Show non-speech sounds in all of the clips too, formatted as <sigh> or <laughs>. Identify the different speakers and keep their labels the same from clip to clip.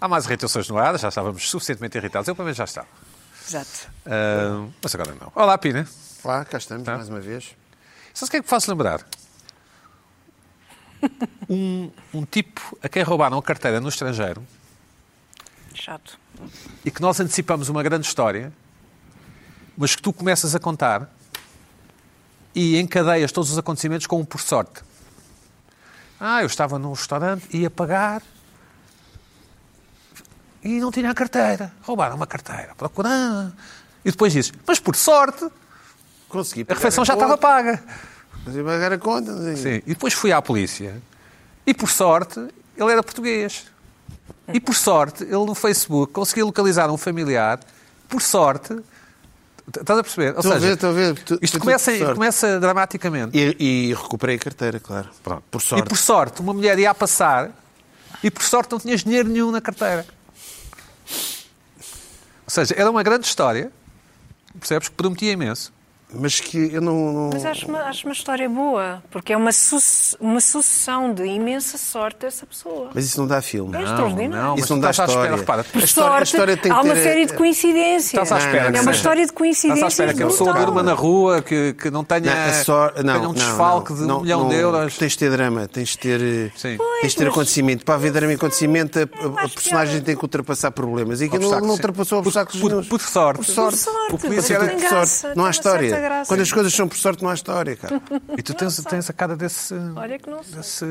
Speaker 1: Há mais irritações no ar, já estávamos suficientemente irritados. Eu, pelo menos, já estava.
Speaker 2: Exato.
Speaker 1: Ah, mas agora não. Olá, Pina.
Speaker 3: Lá, cá estamos
Speaker 1: Tá.
Speaker 3: mais uma vez.
Speaker 1: Sabe o que é que me faz lembrar? Um, um tipo a quem roubaram a carteira no estrangeiro
Speaker 2: Chato.
Speaker 1: e que nós antecipamos uma grande história, mas que tu começas a contar e encadeias todos os acontecimentos com um por sorte. Ah, eu estava num restaurante, ia pagar e não tinha a carteira. Roubaram uma carteira, procurando. E depois dizes, mas por sorte,
Speaker 3: Consegui.
Speaker 1: a refeição já estava paga.
Speaker 3: Consegui pagar a conta. não sei.
Speaker 1: Sim. E depois fui à polícia e, por sorte, ele era português. E, por sorte, ele no Facebook conseguiu localizar um familiar. Por sorte, t- estás a perceber? Ou
Speaker 3: Estou a
Speaker 1: seja,
Speaker 3: ver, estou a ver. Tu-
Speaker 1: isto
Speaker 3: tu-
Speaker 1: começa,
Speaker 3: por sorte.
Speaker 1: começa dramaticamente.
Speaker 3: E, e recuperei a carteira, claro. Pronto. Por
Speaker 1: E,
Speaker 3: sorte.
Speaker 1: por sorte, uma mulher ia a passar e, por sorte, não tinhas dinheiro nenhum na carteira. Ou seja, era uma grande história, percebes? Que prometia imenso.
Speaker 3: é Mas que eu não. não-
Speaker 2: Mas acho uma, acho uma história boa, porque é uma, suce- uma sucessão de imensa sorte dessa pessoa.
Speaker 3: Mas isso não dá filme.
Speaker 2: É
Speaker 1: Não,
Speaker 2: extraordinário.
Speaker 1: não, mas
Speaker 3: Isso
Speaker 1: tu
Speaker 3: não dá
Speaker 1: estás à espera,
Speaker 3: história.
Speaker 1: repara.
Speaker 2: Por
Speaker 3: A história- a
Speaker 2: sorte,
Speaker 3: história tem que
Speaker 2: há uma
Speaker 3: ter- é.
Speaker 2: série de coincidências.
Speaker 1: Estás à espera
Speaker 3: não,
Speaker 1: que
Speaker 3: é uma
Speaker 1: seja.
Speaker 2: história de coincidências
Speaker 1: Estás à espera que a pessoa
Speaker 2: brutal.
Speaker 1: durma na rua, que, que não tenha,
Speaker 3: Não, a sor- não,
Speaker 1: tenha um
Speaker 3: não,
Speaker 1: desfalque
Speaker 3: não,
Speaker 1: de um
Speaker 3: não,
Speaker 1: milhão
Speaker 3: não.
Speaker 1: de euros.
Speaker 3: Tens de ter drama, tens de ter, eh,
Speaker 1: Sim.
Speaker 3: tens de ter
Speaker 2: mas-
Speaker 3: acontecimento. Para haver drama e acontecimento, a, a- a
Speaker 2: mais
Speaker 3: personagem
Speaker 2: piada.
Speaker 3: tem que ultrapassar problemas. E aqui não,
Speaker 1: Obstáculos,
Speaker 3: não
Speaker 1: sim.
Speaker 3: ultrapassou
Speaker 1: Por-
Speaker 3: obstáculos
Speaker 1: por-
Speaker 3: nenhuns.
Speaker 1: por sorte.
Speaker 3: Por sorte.
Speaker 2: Por sorte,
Speaker 1: O polícia
Speaker 2: mas
Speaker 1: era-
Speaker 2: tem
Speaker 3: Por
Speaker 2: graça,
Speaker 3: sorte.
Speaker 2: tem
Speaker 3: Não há
Speaker 2: uma certa
Speaker 3: história.
Speaker 2: graça.
Speaker 3: Quando as coisas são por sorte, não há história, cara.
Speaker 1: E tu tens, tens a cara desse,
Speaker 2: Olha que não sei.
Speaker 1: desse,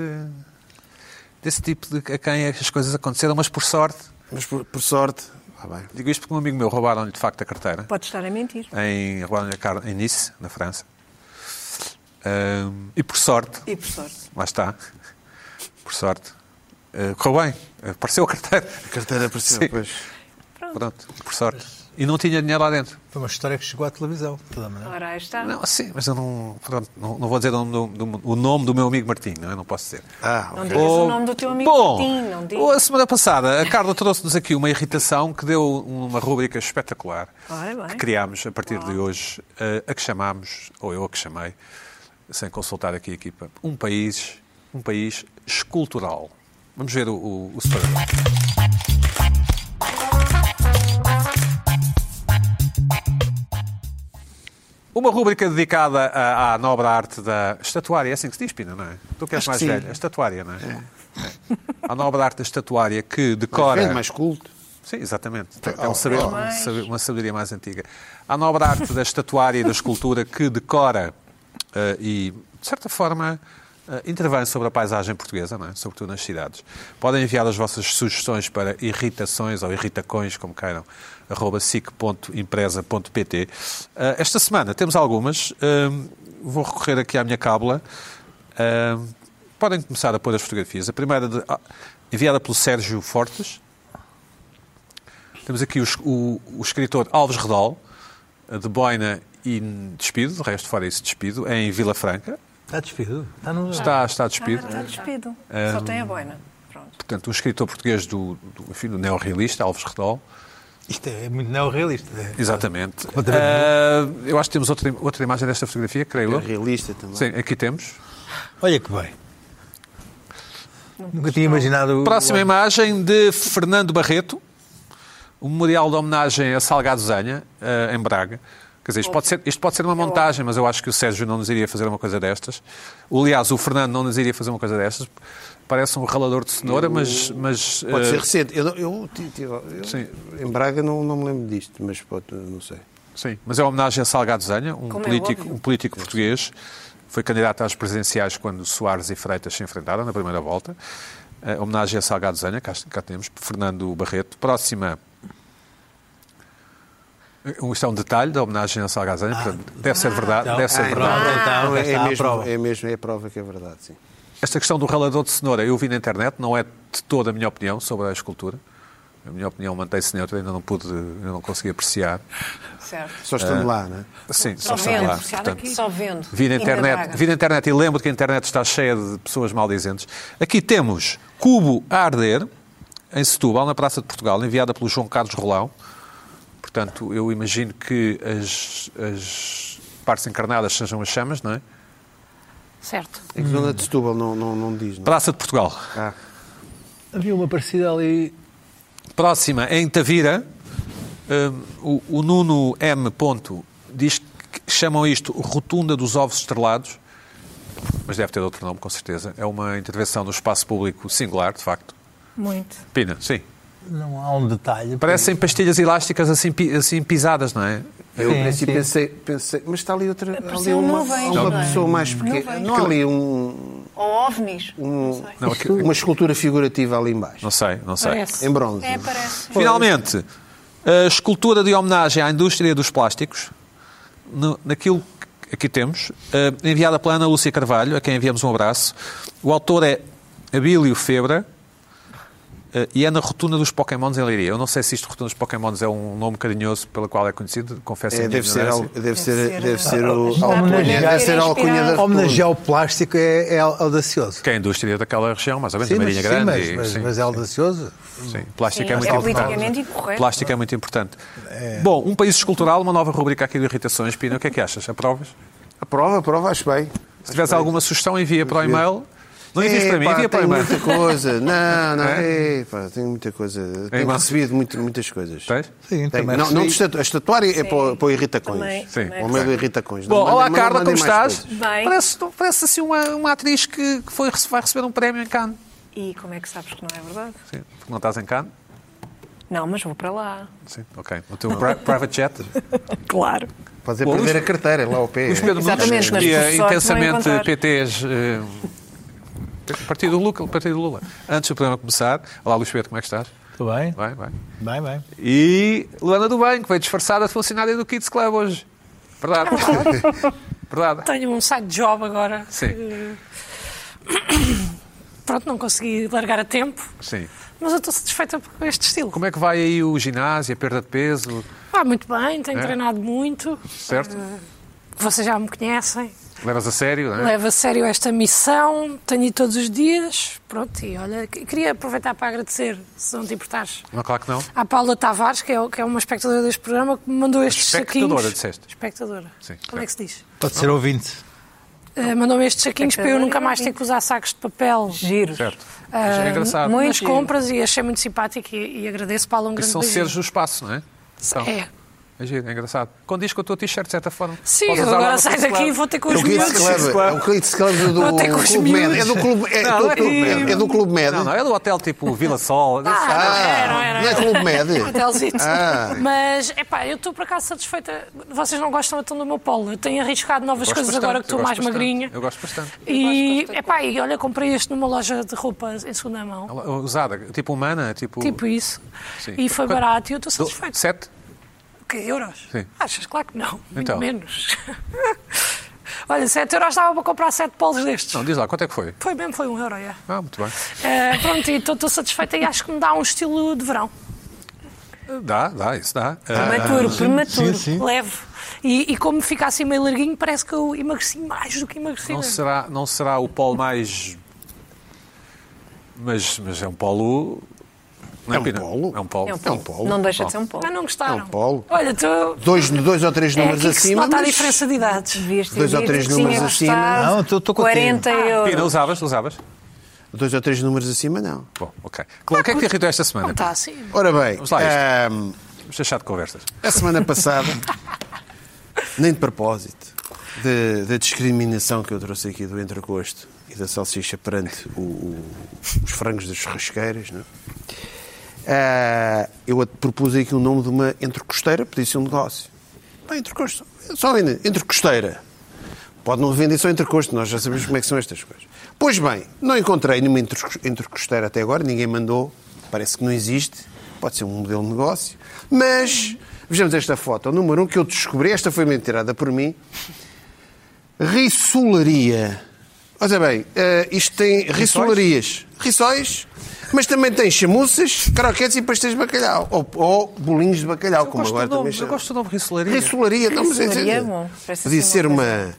Speaker 1: desse tipo de a quem as coisas aconteceram, mas por sorte.
Speaker 3: Mas por, por sorte. Ah, bem.
Speaker 1: Digo isto porque um amigo meu roubaram-lhe de facto a carteira
Speaker 2: Pode estar a mentir.
Speaker 1: em, roubaram-lhe a car- em Nice, na França. Ahm, e por sorte,
Speaker 2: E por sorte.
Speaker 1: lá está, por sorte, eh, correu bem, apareceu a carteira.
Speaker 3: A carteira apareceu,
Speaker 1: Sim.
Speaker 3: pois.
Speaker 1: Pronto, por sorte. E não tinha dinheiro lá dentro.
Speaker 4: Foi uma história que chegou à televisão, de toda maneira.
Speaker 2: Ora, aí está.
Speaker 1: Não, sim, mas eu não, pronto, não, não vou dizer o nome do, do- o nome do meu amigo Martim, não, é? não posso dizer.
Speaker 3: Ah, ok.
Speaker 2: Não digas
Speaker 1: Oh,
Speaker 2: o nome do teu amigo
Speaker 1: Bom,
Speaker 2: Martim, não digas.
Speaker 1: oh, a semana passada a Carla trouxe-nos aqui uma irritação que deu uma rúbrica espetacular
Speaker 2: Ora bem.
Speaker 1: que criámos a partir de hoje, eh, a que chamámos, ou eu a que chamei, sem consultar aqui a equipa, um país, um país escultural. Vamos ver o, o, o separador. Uma rúbrica dedicada à, à nobre arte da estatuária, é assim que se diz, Pina, não é? Tu que és
Speaker 3: Acho que
Speaker 1: mais
Speaker 3: sim.
Speaker 1: velha, a estatuária, não é? É. À nobre arte da estatuária que
Speaker 3: Mais
Speaker 1: decora.
Speaker 3: velho, mais culto.
Speaker 1: Sim, exatamente. É um saber, um saber- uma sabedoria mais antiga. A nobre arte da estatuária e da escultura que decora eh, e, de certa forma, eh, intervém sobre a paisagem portuguesa, não é? sobretudo nas cidades. Podem enviar as vossas sugestões para irritações ou irritacões, como queiram, arroba sic.empresa.pt. Eh, esta semana temos algumas. Hum, vou recorrer aqui à minha cábula. Hum, podem começar a pôr as fotografias. A primeira, de- ah, enviada pelo Sérgio Fortes. Temos aqui o, es- o- o escritor Alves Redol, de Boina e despido, de resto fora isso, despido, em Vila Franca.
Speaker 4: Está despido. Está no...
Speaker 1: Está, está despido.
Speaker 2: Ah, está despido. Só tem a boina. Pronto.
Speaker 1: Portanto, um escritor português do, do, enfim, do neorrealista, Alves Redol.
Speaker 4: Isto é muito neorrealista. né?
Speaker 1: Exatamente.
Speaker 4: Completamente.
Speaker 1: Ah, eu acho que temos outra, im- outra imagem desta fotografia, creio
Speaker 3: É
Speaker 1: eu.
Speaker 3: realista também.
Speaker 1: Sim, aqui temos.
Speaker 4: Olha que bem. Nunca tinha imaginado... o-
Speaker 1: Próxima imagem de Fernando Barreto, um memorial de homenagem a Salgado Zanha, eh, em Braga. Quer dizer, isto pode, ser, isto pode ser uma montagem, mas eu acho que o Sérgio não nos iria fazer uma coisa destas. Aliás, o Fernando não nos iria fazer uma coisa destas. Parece um ralador de cenoura, mas. mas
Speaker 3: Pode
Speaker 1: eh,
Speaker 3: ser recente. Eu, não- eu, ti- ti- eu,
Speaker 1: Sim.
Speaker 3: em Braga não, não me lembro disto, mas pode, não sei.
Speaker 1: Sim, mas é uma homenagem a Salgado Zanha, um
Speaker 2: Como é
Speaker 1: político,
Speaker 2: óbvio.
Speaker 1: um político português. Foi candidato às presidenciais quando Soares e Freitas se enfrentaram na primeira volta. Eh, homenagem a Salgado Zanha, cá, cá temos, Fernando Barreto. Próxima. Eh, Isto é um detalhe da homenagem a Salgado Zanha, portanto, deve ser verdade.
Speaker 4: Ah, Então,
Speaker 1: deve ser
Speaker 4: ah,
Speaker 1: verdade.
Speaker 4: então, então,
Speaker 3: é,
Speaker 4: esta é a
Speaker 3: mesmo,
Speaker 4: prova.
Speaker 3: é mesmo, é a prova que é verdade, sim.
Speaker 1: Esta questão do ralador de cenoura, eu vi na internet, não é de toda a minha opinião sobre a escultura. A minha opinião mantém-se neutra, ainda não pude, ainda não consegui apreciar.
Speaker 2: Certo.
Speaker 3: Só estando lá, não é?
Speaker 1: Sim, só
Speaker 2: Só
Speaker 1: está
Speaker 2: vendo.
Speaker 1: lá. portanto.
Speaker 2: Só vendo.
Speaker 1: Vi na
Speaker 2: E
Speaker 1: internet,
Speaker 2: Braga.
Speaker 1: vi na internet e lembro que a internet está cheia de pessoas maldizentes. Aqui temos Cubo a Arder, em Setúbal, na Praça de Portugal, enviada pelo João Carlos Rolão. Portanto, eu imagino que as, as partes encarnadas sejam as chamas, não é?
Speaker 2: Certo.
Speaker 3: É que zona de Setúbal não, não, não diz, não é?
Speaker 1: Praça de Portugal.
Speaker 3: Ah,
Speaker 4: Havia uma parecida ali
Speaker 1: Próxima, em Tavira, hum, o, o Nuno M. Ponto diz que chamam isto Rotunda dos Ovos Estrelados, mas deve ter outro nome, com certeza. É uma intervenção no espaço público singular, de facto.
Speaker 2: Muito.
Speaker 1: Pina, sim.
Speaker 4: Não há um detalhe.
Speaker 1: Parecem pastilhas elásticas assim, pi- assim pisadas, não é?
Speaker 3: Eu
Speaker 4: Sim,
Speaker 3: a princípio
Speaker 4: sim.
Speaker 3: pensei, pensei, mas está ali outra
Speaker 2: Apareceu
Speaker 3: ali uma,
Speaker 2: nuvens,
Speaker 3: há uma
Speaker 2: não é?
Speaker 3: pessoa mais pequena.
Speaker 2: Nuvens.
Speaker 3: Não há ali um,
Speaker 2: Ou ovnis. não sei.
Speaker 1: Não, aqui-
Speaker 3: uma escultura figurativa ali embaixo,
Speaker 1: não sei, não sei.
Speaker 2: Parece.
Speaker 3: em bronze.
Speaker 2: É, parece.
Speaker 1: Finalmente, a escultura de homenagem à indústria dos plásticos, no- naquilo que aqui temos, eh, enviada pela Ana Lúcia Carvalho, a quem enviamos um abraço. O autor é Abílio Febra eh, e é na Rotunda dos Pokémons em Leiria. Eu não sei se isto Rotunda dos Pokémons é um nome carinhoso pelo qual é conhecido, confesso
Speaker 3: É,
Speaker 1: a minha
Speaker 3: deve, ser, al-
Speaker 1: ignorância.
Speaker 3: deve ser,
Speaker 2: ser- eh,
Speaker 3: deve ser o
Speaker 2: Está
Speaker 3: alcunha,
Speaker 4: homenagear-
Speaker 3: deve ser a alcunha da
Speaker 4: Homenagear o plástico é, é audacioso.
Speaker 1: Que é a indústria daquela região, mais ou menos,
Speaker 4: Sim,
Speaker 1: da
Speaker 4: mas,
Speaker 1: Marinha
Speaker 4: sim,
Speaker 1: Grande.
Speaker 4: mas,
Speaker 1: e-
Speaker 4: mas-
Speaker 1: sim,
Speaker 4: mas é audacioso.
Speaker 1: sim. Plástico
Speaker 2: Sim,
Speaker 1: é muito
Speaker 2: é
Speaker 1: importante.
Speaker 2: politicamente incorreto.
Speaker 1: Plástico é muito importante.
Speaker 3: É.
Speaker 1: Bom, um país escultural, uma nova rubrica aqui de irritações. Pina, o que é que achas? Aprovas?
Speaker 3: A prova, a prova, acho é bem.
Speaker 1: Se tivesse alguma sugestão, envia para o e-mail. Não envias para mim,
Speaker 3: Epá,
Speaker 1: envia para o
Speaker 3: tenho
Speaker 1: e-mail.
Speaker 3: muita
Speaker 1: <laughs>
Speaker 3: coisa. Não, não,
Speaker 1: É?
Speaker 3: epá, tenho muita coisa. Tenho
Speaker 1: Irmão.
Speaker 3: recebido muito- muitas coisas.
Speaker 1: Tens?
Speaker 4: Sim,
Speaker 3: Tenho.
Speaker 4: também
Speaker 3: Não, não
Speaker 4: recebi.
Speaker 3: de estatu... A estatuária é para, o- para o
Speaker 2: Também,
Speaker 3: Irritacões.
Speaker 1: Sim.
Speaker 2: também.
Speaker 3: O meu do Irritacões.
Speaker 1: Bom,
Speaker 3: Não mandem-
Speaker 1: olá
Speaker 3: não
Speaker 1: Carla,
Speaker 3: mandem
Speaker 1: como
Speaker 3: mais
Speaker 1: estás?
Speaker 3: coisas.
Speaker 2: Bem.
Speaker 1: Parece, parece assim uma, uma atriz que, que foi, vai receber um prémio em Cannes.
Speaker 2: E como é que sabes que não é verdade?
Speaker 1: Sim, porque não estás em Cannes?
Speaker 2: Não, mas vou para lá. <laughs>
Speaker 1: Sim, ok. O teu pri- private jet.
Speaker 3: É.
Speaker 2: Claro.
Speaker 3: Fazer
Speaker 1: Bom,
Speaker 3: perder
Speaker 1: Luís-
Speaker 3: a carteira lá ao pé.
Speaker 1: Os Pedro Nunes
Speaker 2: Exatamente, mas
Speaker 1: e,
Speaker 2: por
Speaker 1: eh,
Speaker 2: sorte vão
Speaker 1: intensamente
Speaker 2: encontrar.
Speaker 1: PTs. eh, partido do Lula, partido do Lula. Antes do programa começar, olá Luís Pedro, como é que estás?
Speaker 4: Tudo bem?
Speaker 1: Vai, vai.
Speaker 4: Bem, bem.
Speaker 1: E Luana do Bem, que veio disfarçada de funcionária do Kids Club hoje.
Speaker 5: <laughs>
Speaker 1: Verdade. Verdade.
Speaker 5: Tenho um side job agora.
Speaker 1: Sim.
Speaker 5: que- Pronto, não consegui largar a tempo,
Speaker 1: Sim.
Speaker 5: mas eu estou satisfeita com este estilo.
Speaker 1: Como é que vai aí o ginásio, a perda de peso,
Speaker 5: Ah, muito bem, tenho
Speaker 1: É?
Speaker 5: treinado muito.
Speaker 1: certo?
Speaker 5: Ah. Vocês já me conhecem.
Speaker 1: Levas a sério, não é?
Speaker 5: Levo a sério esta missão, tenho ido todos os dias. Pronto, e olha, que- queria aproveitar para agradecer, se não te importares,
Speaker 1: Não, claro que não.
Speaker 5: à Paula Tavares, que é, o- que é uma espectadora deste programa, que me mandou estes
Speaker 1: espectadora,
Speaker 5: saquinhos.
Speaker 1: disseste?
Speaker 5: Espectadora.
Speaker 1: Sim,
Speaker 5: Como é que se diz?
Speaker 4: Pode ser ouvinte.
Speaker 5: Eh, Mandou-me estes saquinhos para eu
Speaker 2: Espectadora
Speaker 5: nunca
Speaker 2: é
Speaker 5: mais ter
Speaker 2: ouvinte.
Speaker 5: que usar sacos de papel.
Speaker 2: Giro.
Speaker 1: Certo.
Speaker 5: Ah,
Speaker 1: Mas é engraçado.
Speaker 2: muito-
Speaker 5: nas
Speaker 2: giro.
Speaker 5: compras e achei muito simpático e, e agradeço Paulo um
Speaker 1: Isso
Speaker 5: grande
Speaker 1: são
Speaker 5: beijinho.
Speaker 1: seres do espaço, não é? São.
Speaker 5: É.
Speaker 1: É giro, é engraçado. Condiz com o teu t-shirt, de certa forma.
Speaker 5: Sim,
Speaker 1: Podes
Speaker 5: eu
Speaker 1: usar lá
Speaker 5: agora
Speaker 1: no
Speaker 5: saio
Speaker 1: Kids
Speaker 5: daqui e
Speaker 1: Club.
Speaker 5: vou ter com
Speaker 3: É
Speaker 5: os
Speaker 3: o Kids
Speaker 5: miúdos.
Speaker 3: Club, é o Kids Club do,
Speaker 5: Não, tem com os
Speaker 3: Clube Med. É
Speaker 5: miúdos.
Speaker 3: do Clube, é
Speaker 1: Não,
Speaker 3: do
Speaker 1: não é
Speaker 3: Clube Med. É do Clube Med.
Speaker 1: Não, não, é do hotel tipo Vila Sol.
Speaker 5: Ah, não é, não é,
Speaker 3: Ah,
Speaker 5: não
Speaker 3: não é
Speaker 5: é.
Speaker 3: Clube Med?
Speaker 5: Hotelzito.
Speaker 3: Ah.
Speaker 5: Mas, epá, eu estou por acaso satisfeita. Vocês não gostam então do meu polo. Eu tenho arriscado novas
Speaker 1: Gosto
Speaker 5: coisas
Speaker 1: bastante,
Speaker 5: agora que estou
Speaker 1: eu gosto
Speaker 5: mais
Speaker 1: bastante,
Speaker 5: magrinha.
Speaker 1: Eu gosto bastante.
Speaker 5: E, epá, e olha, comprei este numa loja de roupa em segunda mão.
Speaker 1: Ela- Usada, tipo humana, tipo...
Speaker 5: Tipo isso.
Speaker 1: Sim.
Speaker 5: E foi
Speaker 1: Quanto-
Speaker 5: barato e eu estou
Speaker 1: do-
Speaker 5: satisfeita.
Speaker 1: Sete?
Speaker 5: Que euros?
Speaker 1: Sim.
Speaker 5: Achas? Claro que não. Muito
Speaker 1: Então.
Speaker 5: menos. <laughs> olha, 7 euros dava para comprar 7 polos destes.
Speaker 1: Não, diz lá, quanto é que foi?
Speaker 5: Foi mesmo, foi um euro, é.
Speaker 1: Ah, muito bem.
Speaker 5: Eh, pronto, e estou satisfeita e acho que me dá um estilo de verão.
Speaker 1: Dá, dá, isso dá. Ah,
Speaker 2: Prematuro, prematuro.
Speaker 4: sim.
Speaker 5: Leve. E, e como fica assim meio larguinho, parece que eu emagreci mais do que emagreci.
Speaker 1: Ah,
Speaker 5: né?
Speaker 1: Não
Speaker 5: mesmo.
Speaker 1: será, não será o polo mais. Mas, mas é um polo. Não
Speaker 3: É um
Speaker 1: Pina?
Speaker 3: polo?
Speaker 1: É um polo.
Speaker 2: É um
Speaker 3: É um
Speaker 2: polo.
Speaker 3: polo.
Speaker 2: Não deixa de ser um polo.
Speaker 5: Ah, não gostaram?
Speaker 3: É um polo.
Speaker 5: Olha, tu.
Speaker 3: Dois, dois ou três
Speaker 5: É
Speaker 3: números
Speaker 5: aqui que se
Speaker 3: acima.
Speaker 5: nota a
Speaker 3: mas-
Speaker 5: diferença de idades.
Speaker 2: Devias ter
Speaker 3: Dois ou
Speaker 2: dito
Speaker 3: três
Speaker 2: que tinha
Speaker 3: números assim, né? acima.
Speaker 2: gostado.
Speaker 4: Não, estou- estou contigo.
Speaker 2: 40
Speaker 3: Ah,
Speaker 2: euros.
Speaker 1: Pina, usavas? Usavas?
Speaker 3: Dois ou três números acima, não.
Speaker 1: Bom, ok. Claro, o que é que te irritou esta semana?
Speaker 5: Não está assim.
Speaker 3: Ora bem,
Speaker 1: Vamos lá a isto.
Speaker 3: ahm,
Speaker 1: Vamos deixar de conversas.
Speaker 3: a semana
Speaker 5: <laughs>
Speaker 3: passada, nem de propósito, de- da discriminação que eu trouxe aqui do entrecosto e da salsicha perante o- o- os frangos das churrasqueiras, não é? Ah, eu a- propus aqui o nome de uma entrecosteira, podia-se um negócio. Bem, entrecosto, é só ainda, entrecosteira. Pode não vender só entrecosto, nós já sabemos como é que são estas coisas. Pois bem, não encontrei nenhuma entrecos- entrecosteira até agora, ninguém mandou, parece que não existe, pode ser um modelo de negócio, mas vejamos esta foto, o número um que eu descobri, esta foi me tirada por mim, Rissolaria. Olha bem, eh, isto tem rissolarias, rissóis, mas também tem chamuças, croquetes e pastéis de bacalhau. Ou, ou bolinhos de bacalhau, como
Speaker 1: gosto
Speaker 3: agora
Speaker 1: do nome,
Speaker 3: também
Speaker 1: eu
Speaker 3: chama.
Speaker 1: gosto do nome Rissolaria.
Speaker 3: Rissolaria, não, mas é-
Speaker 2: Rissolaria é bom, parece
Speaker 3: Podia
Speaker 2: assim
Speaker 3: ser
Speaker 2: uma
Speaker 3: uma,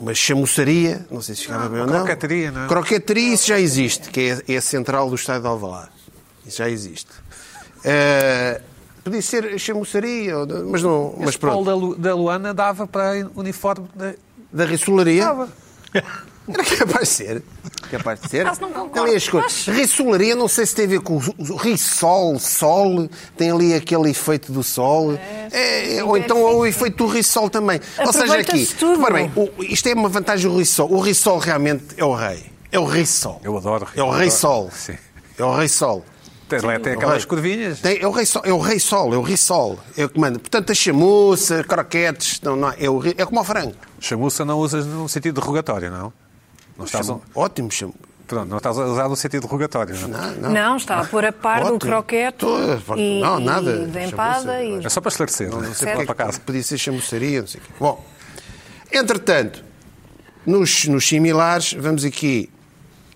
Speaker 3: uma chamuçaria, não sei se ficava bem ou não.
Speaker 1: croqueteria, não é?
Speaker 3: Croqueteria, isso já existe, que é, é a central do Estado de Alvalade. Isso já existe. Eh, podia ser chamuçaria, ou- mas não. Mas
Speaker 1: Esse polo
Speaker 3: pronto.
Speaker 1: da, Lu- da Luana dava para uniforme. da-
Speaker 3: Da rissolaria?
Speaker 1: Dava.
Speaker 3: Era capaz de ser. Capaz de ser.
Speaker 5: Mas não concordo.
Speaker 3: Tem ali as coisas. Rissolaria, não sei se tem a ver com o o rissol, sol, tem ali aquele efeito do sol. É, ou então ou o efeito do rissol também. Ou seja, aqui,
Speaker 2: Aproveita-se tudo.
Speaker 3: repara bem, o- isto é uma vantagem do rissol. O rissol realmente é o rei. É o rissol.
Speaker 1: Eu adoro
Speaker 3: É o
Speaker 1: rissol.
Speaker 3: rissol.
Speaker 1: Sim.
Speaker 3: É o rissol.
Speaker 1: Tem, lá- tem
Speaker 3: Não
Speaker 1: aquelas
Speaker 3: vai.
Speaker 1: curvinhas.
Speaker 3: Tem- é o rei sol, é o rei sol, é o rei sol. É o que manda. Portanto, a chamuça, croquetes, não, não, é, o rei- é como o frango.
Speaker 1: Chamuça não usas no sentido rogatório, não? Não estás, a-
Speaker 3: Chamu- Ótimo chamu.
Speaker 1: pronto, não estás a usar no sentido rogatório, não?
Speaker 3: Não,
Speaker 2: Não, está a pôr a par do
Speaker 3: Ah, Ótimo.
Speaker 2: croquete
Speaker 3: Tô- é
Speaker 2: e,
Speaker 3: não,
Speaker 2: e
Speaker 3: nada.
Speaker 2: da
Speaker 3: Chamuça,
Speaker 2: empada e
Speaker 1: É só para esclarecer, não, não sei
Speaker 3: é
Speaker 2: Certo.
Speaker 1: para para casa.
Speaker 3: Podia ser chamuçaria, não sei o quê. Bom, entretanto, nos, nos similares, vamos aqui,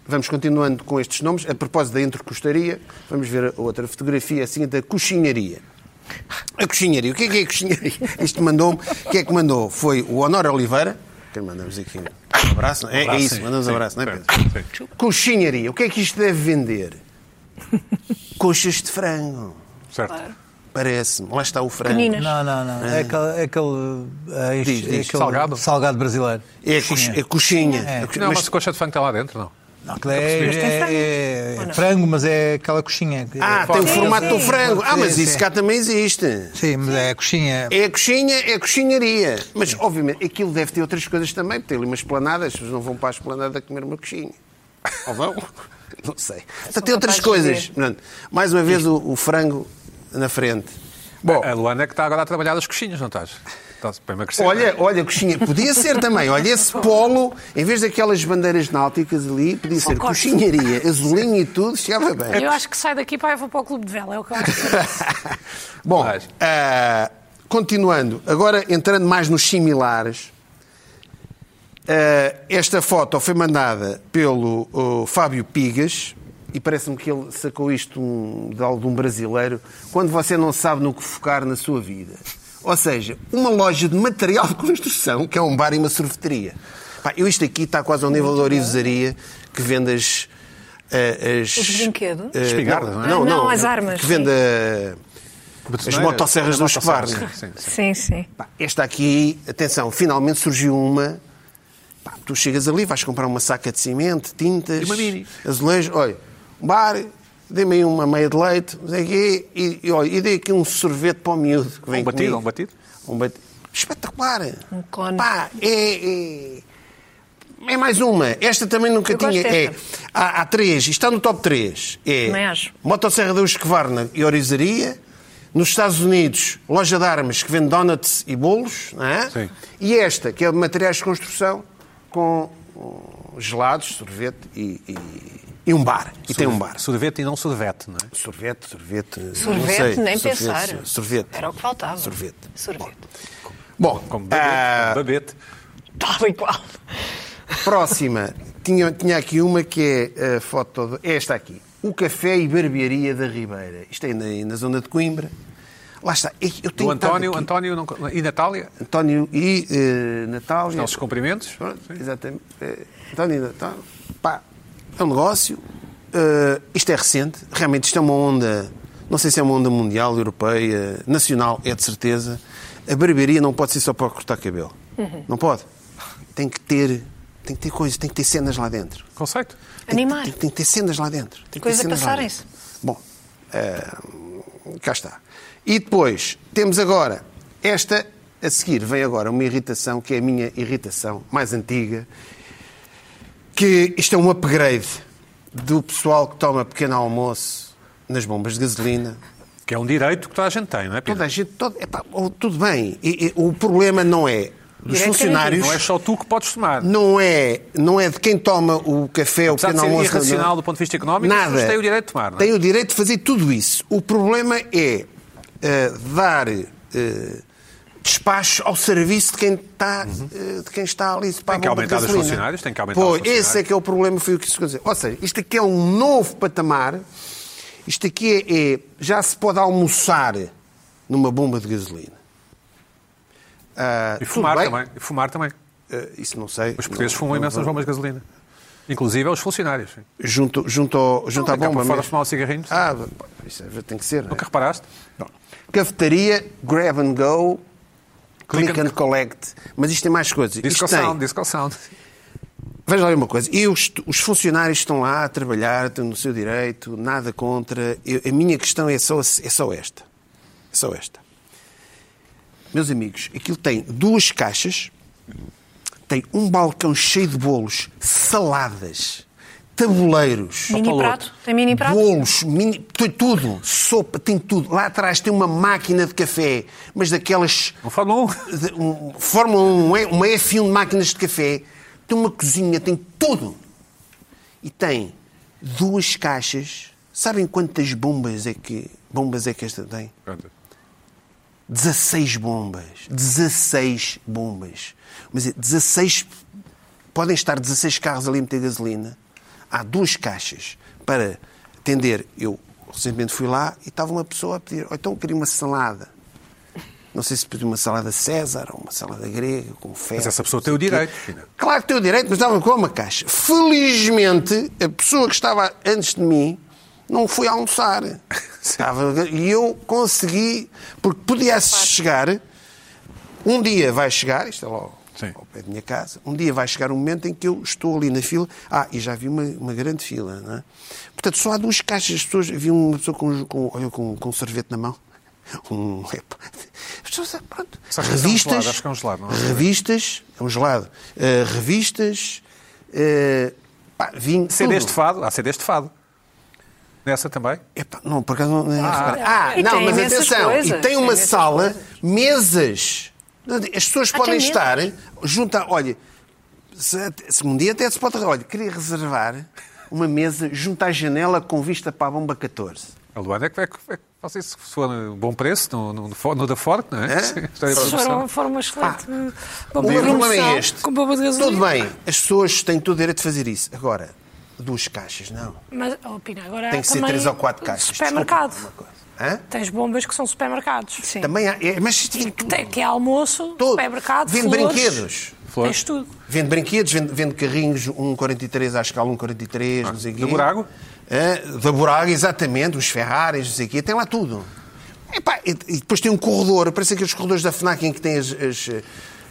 Speaker 3: vamos continuando com estes nomes. A propósito da entrecostaria, vamos ver a outra fotografia, assim, da coxinharia. A coxinharia, o que é que é a coxinharia? Isto mandou-me, quem é que mandou? Foi o Honor Oliveira, que mandamos aqui um abraço, não é? é
Speaker 1: abraço,
Speaker 3: isso,
Speaker 1: sim,
Speaker 3: mandamos um
Speaker 1: sim,
Speaker 3: abraço, não é
Speaker 1: sim,
Speaker 3: Pedro? Coxinharia, o que é que isto deve vender? Coxas de frango,
Speaker 1: Certo.
Speaker 3: parece-me. Lá está o frango.
Speaker 2: pequeninas.
Speaker 4: Não, não, não. É aquele. É aquele, é este-
Speaker 3: Diz, diz.
Speaker 4: é aquele
Speaker 1: Salgado?
Speaker 4: salgado brasileiro.
Speaker 3: É a coxinha. É a coxinha. A coxinha.
Speaker 1: Não, mas,
Speaker 3: Mas-
Speaker 1: a coxa de frango está lá dentro, não?
Speaker 4: Não, aquilo é, é- é- é frango, mas é aquela coxinha. que-
Speaker 3: Ah, tem o
Speaker 2: Sim,
Speaker 3: formato
Speaker 2: sim.
Speaker 3: do frango. Ah, mas
Speaker 4: Sim,
Speaker 3: isso
Speaker 4: sim.
Speaker 3: cá também existe.
Speaker 4: Sim, mas é a coxinha.
Speaker 3: É a coxinha, é a coxinharia. Mas, obviamente, aquilo deve ter outras coisas também. Tem ali umas planadas. As pessoas não vão para a esplanada comer uma coxinha. <laughs> Ou vão? <laughs> Não sei. Então, tem outras
Speaker 2: capazes de
Speaker 3: coisas.
Speaker 2: ver.
Speaker 3: Portanto, mais uma vez, o, o frango na frente. Bom,
Speaker 1: A Luana é que está agora a trabalhar as coxinhas, não estás? Estás para emagrecer.
Speaker 3: olha, olha, coxinha. Podia ser também. Olha, <laughs> esse polo, em vez daquelas bandeiras náuticas ali, podia ser
Speaker 5: Concordo.
Speaker 3: coxinharia, azulinho e tudo, <laughs> chegava bem.
Speaker 5: Eu acho que sai daqui para eu vou para o clube de vela, é o que eu acho.
Speaker 3: Bom,
Speaker 1: Mas-
Speaker 3: ah, continuando, agora entrando mais nos similares, ah, esta foto foi mandada pelo oh, Fábio Pigas e parece-me que ele sacou isto um- de algum brasileiro quando você não sabe no que focar na sua vida. Ou seja, uma loja de material de construção, que é um bar e uma sorveteria. Pá, eu isto aqui está quase ao nível da orivesaria que vende as. ah, as-
Speaker 2: Os brinquedos?
Speaker 3: ah,
Speaker 1: Espingardas, não é?
Speaker 2: Ah, não, as armas,
Speaker 3: Que vende
Speaker 2: sim.
Speaker 3: ah, é? as motosserras do Escobar.
Speaker 1: Sim, sim, sim.
Speaker 2: Sim, sim.
Speaker 3: Pá, Esta aqui, atenção, finalmente surgiu uma. Pá, tu chegas ali, vais comprar uma saca de cimento, tintas,
Speaker 1: E uma mini.
Speaker 3: azulejos, olha, um bar, dê-me aí uma meia de leite, não sei o quê, e, e, olha, e dei aqui um sorvete para o miúdo que vem
Speaker 1: Um batido,
Speaker 3: comigo.
Speaker 1: um batido.
Speaker 3: Um batido. Espetacular!
Speaker 2: Um cone.
Speaker 3: Pá, é, é- é mais uma. Esta também nunca
Speaker 2: Eu
Speaker 3: tinha.
Speaker 2: gosto
Speaker 3: É,
Speaker 2: desta.
Speaker 3: há, há três, está no top 3. É
Speaker 2: Também acho.
Speaker 3: Motosserra da Husqvarna e Orizaria. Nos Estados Unidos, loja de armas que vende donuts e bolos. Não é?
Speaker 1: Sim.
Speaker 3: E esta, que é de materiais de construção, com hum, gelados, sorvete e, e- e um bar. E tem um bar.
Speaker 1: Sorvete e não sorvete, não é?
Speaker 3: Sorvete, sorvete. não
Speaker 2: Sorvete,
Speaker 3: sei.
Speaker 2: nem
Speaker 3: Sorvete,
Speaker 2: pensar.
Speaker 3: Sorvete.
Speaker 2: Era o que faltava.
Speaker 3: Sorvete.
Speaker 2: Sorvete.
Speaker 3: Bom,
Speaker 1: Como babete.
Speaker 3: ah,
Speaker 1: como babete.
Speaker 2: Tal e qual.
Speaker 3: Próxima. Tinha, tinha aqui uma que é a foto. de- é esta aqui. O Café e Barbearia da Ribeira. Isto é na, na zona de Coimbra. Lá está. É que Eu
Speaker 1: Do
Speaker 3: tenho estado
Speaker 1: António,
Speaker 3: aqui.
Speaker 1: António não- e Natália,
Speaker 3: António e eh, Natália.
Speaker 1: nossos cumprimentos.
Speaker 3: Pronto, exatamente. Eh, António e Natália. Pá, é um negócio. Eh, isto é recente. Realmente isto é uma onda. Não sei se é uma onda mundial, europeia, nacional, é de certeza. A barbearia não pode ser só para cortar cabelo. Não pode. Tem que ter. Tem que ter coisas, tem que ter cenas lá dentro.
Speaker 1: Conceito.
Speaker 3: Tem que-
Speaker 2: Animar.
Speaker 3: Tem, tem que ter cenas lá dentro. Tem que ter
Speaker 2: Coisa
Speaker 3: cenas lá
Speaker 2: passarem-se.
Speaker 3: dentro. Bom, eh, cá está. E depois, temos agora esta a seguir. Vem agora uma irritação que é a minha irritação mais antiga. Que isto é um upgrade do pessoal que toma pequeno almoço nas bombas de gasolina.
Speaker 1: Que é um direito que toda a gente tem, não é, Pedro?
Speaker 3: Toda a gente. Toda, epá, oh, tudo bem. E- e o problema não é dos
Speaker 2: Direito
Speaker 3: funcionários.
Speaker 1: Não é só tu que podes tomar.
Speaker 3: Não é, não é de quem toma o café ou o
Speaker 1: Apesar de
Speaker 3: pequeno
Speaker 1: ser
Speaker 3: almoço.
Speaker 1: irracional
Speaker 3: não- é?
Speaker 1: do ponto de vista económico, as pessoas têm o direito de tomar, não é?
Speaker 3: Têm o direito de fazer tudo isso. O problema é eh, dar eh, despacho ao serviço de quem está, eh, de quem está ali.
Speaker 1: Tem que aumentar os funcionários, tem que aumentar os
Speaker 3: pois,
Speaker 1: funcionários.
Speaker 3: Esse é que é o problema, foi o que isso aconteceu. Ou seja, isto aqui é um novo patamar. Isto aqui é, é- já se pode almoçar numa bomba de gasolina. Ah,
Speaker 1: E
Speaker 3: tudo
Speaker 1: fumar
Speaker 3: bem.
Speaker 1: também. E fumar também.
Speaker 3: Eh, isso não sei.
Speaker 1: Os portugueses
Speaker 3: Não-
Speaker 1: fumam
Speaker 3: não-
Speaker 1: imenso nas bombas de gasolina. Inclusive aos funcionários. sim.
Speaker 3: junto, junto, ao, junto à
Speaker 1: Daqui a
Speaker 3: bomba.
Speaker 1: pouco fora
Speaker 3: mesmo.
Speaker 1: fumar um cigarrinho. sim.
Speaker 3: Ah, isso tem que ser. não é?
Speaker 1: Nunca reparaste?
Speaker 3: Bom. Cafetaria, grab and go, click,
Speaker 1: Click and-
Speaker 3: and collect. Mas isto tem mais coisas.
Speaker 1: Disco
Speaker 3: isto tem
Speaker 1: sound, disco sound.
Speaker 3: Veja lá uma coisa, eu, est- os funcionários estão lá a trabalhar, estão no seu direito, nada contra. Eu- a minha questão é só, é só esta. É só esta. Meus amigos, aquilo tem duas caixas, tem um balcão cheio de bolos, saladas, tabuleiros.
Speaker 2: Mini
Speaker 1: Paulo.
Speaker 2: prato? Tem mini prato?
Speaker 3: Bolos, mini, tem tudo, sopa, tem tudo. Lá atrás tem uma máquina de café, mas daquelas
Speaker 1: Não falou?
Speaker 3: de- um- formam um E- uma F1 de máquinas de café, tem uma cozinha, tem tudo. E tem duas caixas. Sabem quantas bombas é que, bombas é que esta tem? 16 bombas. 16 bombas. Mas é 16. Podem estar 16 carros ali a meter gasolina. Há duas caixas para atender. Eu recentemente fui lá e estava uma pessoa a pedir. "Oh, então queria uma salada. Não sei se pediu uma salada César ou uma salada grega, com fé.
Speaker 1: Mas essa pessoa tem o direito. Pina.
Speaker 3: Claro que tem o direito, mas estava com uma caixa. Felizmente, a pessoa que estava antes de mim não foi almoçar.
Speaker 1: <laughs>
Speaker 3: Estava- E eu consegui, porque podia chegar. Um dia vai chegar, isto é logo
Speaker 1: Sim.
Speaker 3: ao pé da minha casa, um dia vai chegar um momento em que eu estou ali na fila. Ah, e já vi uma, uma grande fila, não é? Portanto, só há duas caixas de pessoas. Vi uma pessoa com, com, olha, com, com um sorvete na mão. <laughs> Um. epá. As pessoas, ah, pronto.
Speaker 1: Sabes que é um
Speaker 3: Revistas.
Speaker 1: gelado, acho que é um gelado, não é?
Speaker 3: Revistas, é um gelado. Uh, revistas, uh, pá, vinho.
Speaker 1: CDs
Speaker 3: tudo.
Speaker 1: de fado? Há CDs de fado. Nessa também?
Speaker 3: Epá, não, por acaso não. não reparei. Ah,
Speaker 2: E
Speaker 3: não,
Speaker 2: tem
Speaker 3: mas
Speaker 2: imensas
Speaker 3: atenção,
Speaker 2: coisas,
Speaker 3: e tem
Speaker 2: tem
Speaker 3: uma
Speaker 2: imensas
Speaker 3: sala, mesas. As pessoas
Speaker 2: Ah,
Speaker 3: podem
Speaker 2: tem mesas?
Speaker 3: estar junto a. Olha, se, se um dia até se pode. Olha, queria reservar uma mesa junto à janela com vista para a bomba 14.
Speaker 1: A Luana é que, é que, é que vocês se for um bom preço no, no, no, fo- no da Fork, não é? <laughs>
Speaker 3: É?
Speaker 1: Sim, está aí a
Speaker 5: Eles
Speaker 1: produção.
Speaker 5: Foram, foram uma excelente.
Speaker 3: O
Speaker 5: bomba
Speaker 3: meu
Speaker 5: de
Speaker 3: problema é
Speaker 5: promoção,
Speaker 3: este.
Speaker 5: Com bomba de
Speaker 3: Tudo
Speaker 5: gasolina.
Speaker 3: bem, as pessoas têm todo o direito de fazer isso. Agora, duas caixas, não.
Speaker 5: Mas, oh, Pina, agora
Speaker 3: Tem
Speaker 5: há
Speaker 3: que ser
Speaker 5: também
Speaker 3: três ou quatro caixas.
Speaker 5: Supermercado.
Speaker 3: Desculpa, uma coisa. Hã?
Speaker 5: Tens bombas que são supermercados.
Speaker 2: Sim.
Speaker 3: Também há. é, mas isto vem
Speaker 5: Que,
Speaker 3: tudo.
Speaker 5: tem, que é almoço,
Speaker 3: Todo.
Speaker 5: supermercado,
Speaker 3: Vende
Speaker 5: flores.
Speaker 3: brinquedos.
Speaker 1: Flores.
Speaker 5: Tens tudo.
Speaker 3: Vende brinquedos, vende, vende carrinhos 1,43 à escala 1,43, não sei o quê.
Speaker 1: da Burago?
Speaker 3: É, da Burago, exatamente, os Ferraris, não sei o quê, tem lá tudo. Epá, e, e depois tem um corredor, parece aqueles corredores da FNAC em que tem as, as,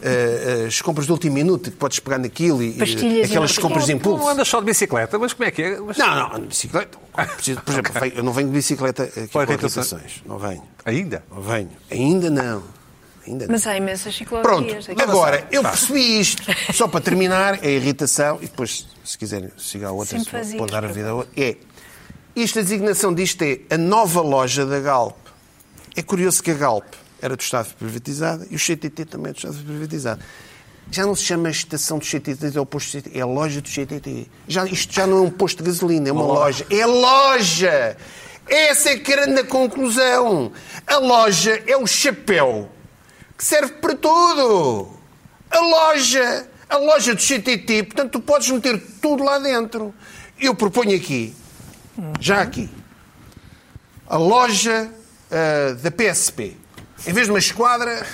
Speaker 3: eh, as compras de último minuto, que podes pegar naquilo e, e
Speaker 2: Pastilhas e não
Speaker 3: aquelas
Speaker 2: sei o quê.
Speaker 3: compras
Speaker 1: Tu
Speaker 3: de
Speaker 1: não
Speaker 3: impulso.
Speaker 1: andas só de bicicleta, mas como é que é? Mas-
Speaker 3: Não, não, ando de bicicleta. Preciso- por exemplo, venho- eu não venho de bicicleta aqui com
Speaker 1: Olha, irritação.
Speaker 3: irritações. Não venho,
Speaker 1: Ainda?
Speaker 3: não venho. Ainda não. Ainda não.
Speaker 2: Mas há imensas
Speaker 3: Pronto,
Speaker 2: ciclovias. aqui.
Speaker 3: agora, eu percebi isto. Só para terminar, é a irritação, e depois, se quiserem, siga a outra,
Speaker 2: Sempre
Speaker 3: se
Speaker 2: fazias,
Speaker 3: pode dar a vida a outra. É, isto, a designação disto é a nova loja da Galp. É curioso que a Galp era do Estado privatizada e o CTT também é do Estado privatizado. Já não se chama estação do CTT, é o posto do CTT, é a loja do CTT. Já, isto já não é um posto de gasolina, é uma loja. É loja! Essa é que era na conclusão. A loja é o chapéu que serve para tudo. A loja, a loja do CTT, portanto, tu podes meter tudo lá dentro. Eu proponho aqui, já aqui, a loja ah, da PSP. Em vez de uma esquadra,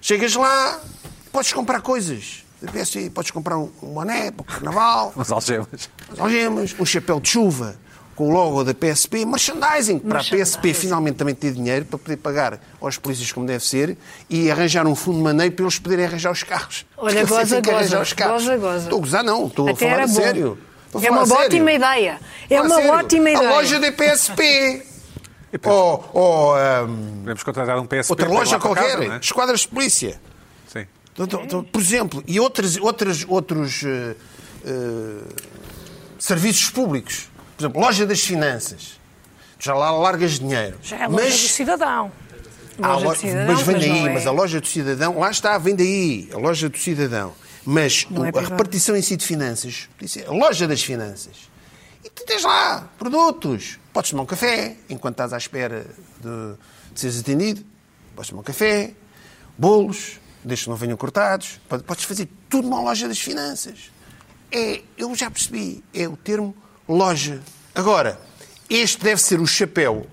Speaker 3: chegas lá, podes comprar coisas. Da PSP, podes comprar um, um boné para o carnaval,
Speaker 1: Umas
Speaker 3: <laughs>
Speaker 1: algemas.
Speaker 3: umas algemas, um chapéu de chuva com o logo da PSP, merchandising, para a PSP finalmente também ter dinheiro para poder pagar aos polícias como deve ser e arranjar um fundo de maneio para eles poderem arranjar os carros.
Speaker 2: Olha,
Speaker 3: Porque assim
Speaker 2: goza,
Speaker 3: tem que arranjar
Speaker 2: goza,
Speaker 3: os carros.
Speaker 2: goza, goza.
Speaker 3: Estou a gozar, não, estou a
Speaker 2: Até
Speaker 3: falar
Speaker 2: era
Speaker 3: a
Speaker 2: bom.
Speaker 3: sério. Estou a
Speaker 2: É
Speaker 3: falar
Speaker 2: uma
Speaker 3: a sério.
Speaker 2: ótima ideia. É
Speaker 3: Falar a
Speaker 2: uma
Speaker 3: sério.
Speaker 2: ótima ideia.
Speaker 3: A loja
Speaker 1: <laughs>
Speaker 3: da PSP. ou ou, hum,
Speaker 1: Podemos contratar um PSP.
Speaker 3: Oh. outra
Speaker 1: para ir lá
Speaker 3: loja
Speaker 1: para casa,
Speaker 3: qualquer,
Speaker 1: não é?
Speaker 3: esquadras de polícia.
Speaker 1: Sim.
Speaker 3: Então, então, Por exemplo, e outras, outras, outros eh, eh, serviços públicos. Por exemplo, loja das finanças. Tu já lá largas dinheiro.
Speaker 5: Já é longe do cidadão.
Speaker 3: há
Speaker 2: Loja do
Speaker 3: lo-
Speaker 2: cidadão,
Speaker 3: mas vem
Speaker 2: mas
Speaker 3: daí,
Speaker 2: não é.
Speaker 3: mas a loja do cidadão, lá está, vem daí, a loja do cidadão. Mas
Speaker 2: Não
Speaker 3: o-
Speaker 2: é
Speaker 3: a
Speaker 2: privado.
Speaker 3: repartição em si de finanças, podia ser a loja das finanças. E tu tens lá produtos. Podes tomar um café enquanto estás à espera de, de seres atendido. Podes tomar um café, bolos, desde que não venham cortados. Pode- Podes fazer tudo numa loja das finanças. É, eu já percebi, é o termo loja. Agora, este deve ser o chapéu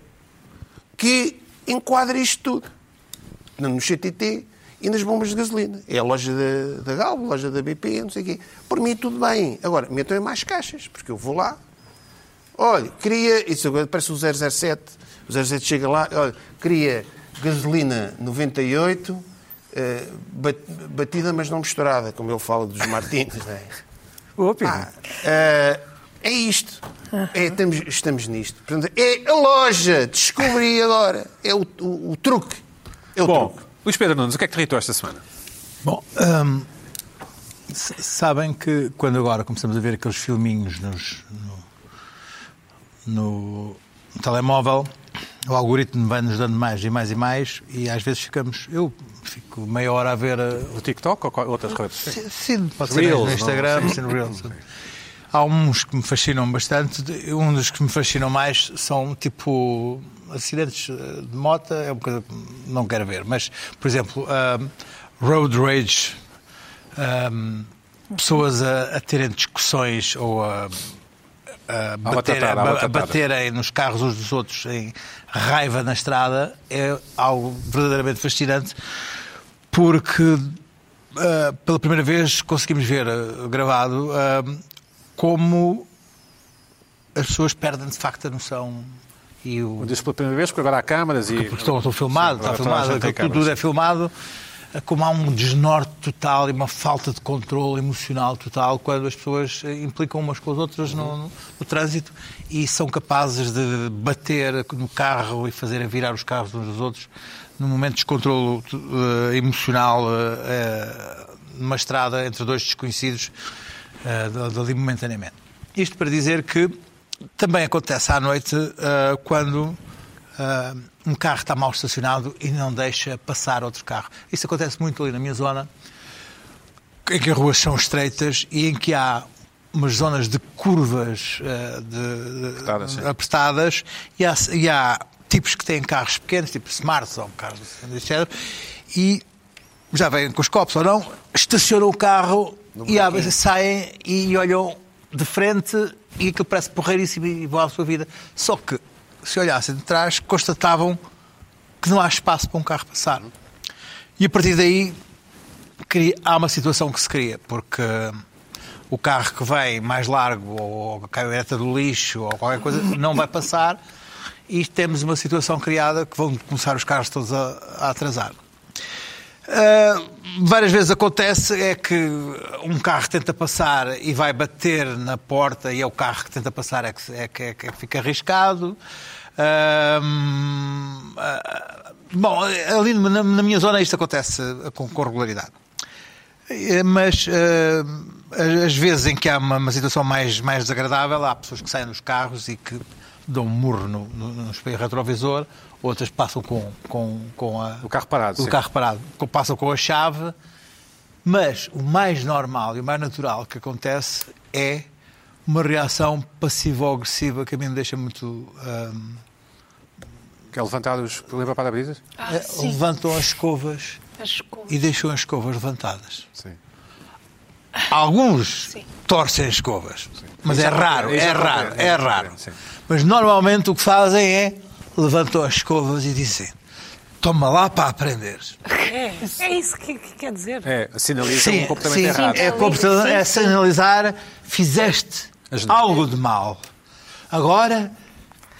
Speaker 3: que enquadra isto tudo. No no CTT e nas bombas de gasolina. É a loja da, da Galbo, loja da BP, não sei o quê. Por mim, tudo bem. Agora, metam em mais caixas, porque eu vou lá. Olha, queria. Isso agora parece o 007. O 007 chega lá, olha, queria gasolina 98, eh, bat- batida mas não misturada, como ele fala dos Martins, não é?
Speaker 1: Ô, Pedro.
Speaker 3: Ah, é isto. É, estamos, estamos nisto. Portanto, é a loja. Descobri agora. É o, o- o truque. É o
Speaker 1: Bom,
Speaker 3: truque.
Speaker 1: Luís Pedro Nunes, o que é que te irritou esta semana?
Speaker 4: Bom, hum, s- sabem que quando agora começamos a ver aqueles filminhos nos- no, no- no telemóvel, o algoritmo vai-nos dando mais e mais e mais, e às vezes ficamos. Eu fico meia hora a ver. uh,
Speaker 1: O TikTok ou qual- outras
Speaker 3: Ah.
Speaker 1: redes? Sim.
Speaker 4: Sim, pode ser
Speaker 1: Reels,
Speaker 4: no
Speaker 1: não?
Speaker 4: Instagram, sim, no Reels. Há uns que me fascinam bastante. de- Um dos que me fascinam mais são tipo acidentes eh, de moto, é uma coisa que não quero ver. Mas, por exemplo, ahm, road rage, ahm, pessoas a, a terem discussões ou a, a, bater-
Speaker 1: batatada, à
Speaker 4: a- a
Speaker 1: batatada.
Speaker 4: baterem nos carros uns dos outros em raiva na estrada é algo verdadeiramente fascinante porque ah, pela primeira vez conseguimos ver ah, gravado ah, como as pessoas perdem de facto a noção e o
Speaker 1: Diz pela primeira vez, porque agora há câmaras e.
Speaker 4: porque estão, estão filmados,
Speaker 1: Sim, agora toda
Speaker 4: está
Speaker 1: a
Speaker 4: filmado,
Speaker 1: gente tem
Speaker 4: aquilo tudo,
Speaker 1: câmaras.
Speaker 4: é filmado, eh, como há um desnorte total e uma falta de controle emocional total quando as pessoas eh, implicam umas com as outras no, no- no trânsito e são capazes de bater no carro e fazerem virar os carros uns dos outros num momento de descontrole eh, emocional eh, eh, numa estrada entre dois desconhecidos eh, da- dali momentaneamente. Isto para dizer que também acontece à noite eh, quando ah, um carro está mal estacionado e não deixa passar outro carro. Isso acontece muito ali na minha zona, em que as ruas são estreitas e em que há umas zonas de curvas ah, de- de-
Speaker 1: Apertadas, sim.
Speaker 4: apertadas e há, e há tipos que têm carros pequenos, tipo Smarts ou carros assim, desse género, e já vêm com os copos ou não, estacionam o carro e abrem, saem e olham de frente e aquilo parece porreiríssimo e vão à sua vida. Só que, se olhassem de trás, constatavam que não há espaço para um carro passar. E a partir daí cria- há uma situação que se cria, porque hum, o carro que vem mais largo ou a caminhoneta do lixo ou qualquer coisa não vai passar e temos uma situação criada que vão começar os carros todos a, a atrasar. Ah, várias vezes acontece é que um carro tenta passar e vai bater na porta e é o carro que tenta passar é que, é que- é que fica arriscado. Ah, hum, ah, bom, ali na, na minha zona isto acontece com- com regularidade. Eh, mas eh, as- as vezes em que há uma, uma situação mais, mais desagradável, há pessoas que saem dos carros e que dão um murro no, no, no espelho retrovisor, outras passam com, com, com a-
Speaker 1: O carro parado,
Speaker 4: o
Speaker 1: sim.
Speaker 4: carro parado, co- passam com a chave, mas o mais normal e o mais natural que acontece é uma reação passivo-agressiva que a mim me deixa muito. eh, ahm,
Speaker 1: Que é levantar os. Lembra para brisas?
Speaker 2: Ah,
Speaker 4: eh,
Speaker 2: sim.
Speaker 4: levantam as escovas
Speaker 2: Acho que-
Speaker 4: e deixam as escovas levantadas.
Speaker 1: Sim.
Speaker 4: Alguns
Speaker 2: Sim.
Speaker 4: torcem as escovas, mas
Speaker 1: Isso acontece,
Speaker 4: é raro,
Speaker 1: isso
Speaker 4: é
Speaker 1: acontece,
Speaker 4: raro,
Speaker 1: isso
Speaker 4: é raro.
Speaker 1: acontece, sim.
Speaker 4: Mas normalmente o que fazem é levantam as escovas e dizem: toma lá para aprenderes.
Speaker 5: É, é isso que, que quer dizer.
Speaker 1: É, sinaliza um comportamento
Speaker 4: sim,
Speaker 1: errado.
Speaker 4: É, comporta- é sinalizar, fizeste
Speaker 1: As neiras.
Speaker 4: algo de mal. Agora,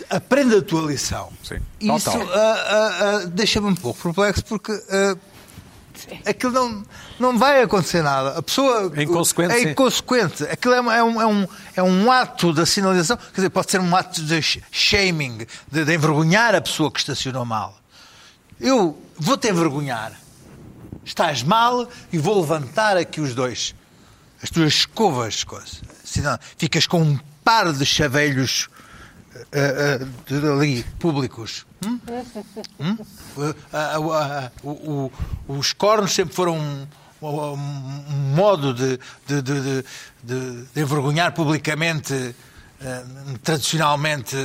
Speaker 4: aprenda a tua lição.
Speaker 1: Sim,
Speaker 4: E
Speaker 1: tal,
Speaker 4: Isso
Speaker 1: tal.
Speaker 4: ah, ah, ah, deixa-me um pouco perplexo, porque ah, <laughs> aquilo não, não vai acontecer nada. A pessoa
Speaker 1: É inconsequente,
Speaker 4: é
Speaker 1: sim.
Speaker 4: inconsequente. Aquilo é, um- é um, é, um, é um ato da sinalização, quer dizer, pode ser um ato de sh- shaming, de, de envergonhar a pessoa que estacionou mal. Eu vou-te envergonhar. Estás mal e vou levantar aqui os dois. As tuas escovas, coisa. Senão ficas com um par de chavelhos eh, eh, de- ali, públicos. Hum? Hum? Eh, ah, ah, ah, o- o- os cornos sempre foram um, um- um modo de, de- de- de- de- de envergonhar publicamente, eh, tradicionalmente,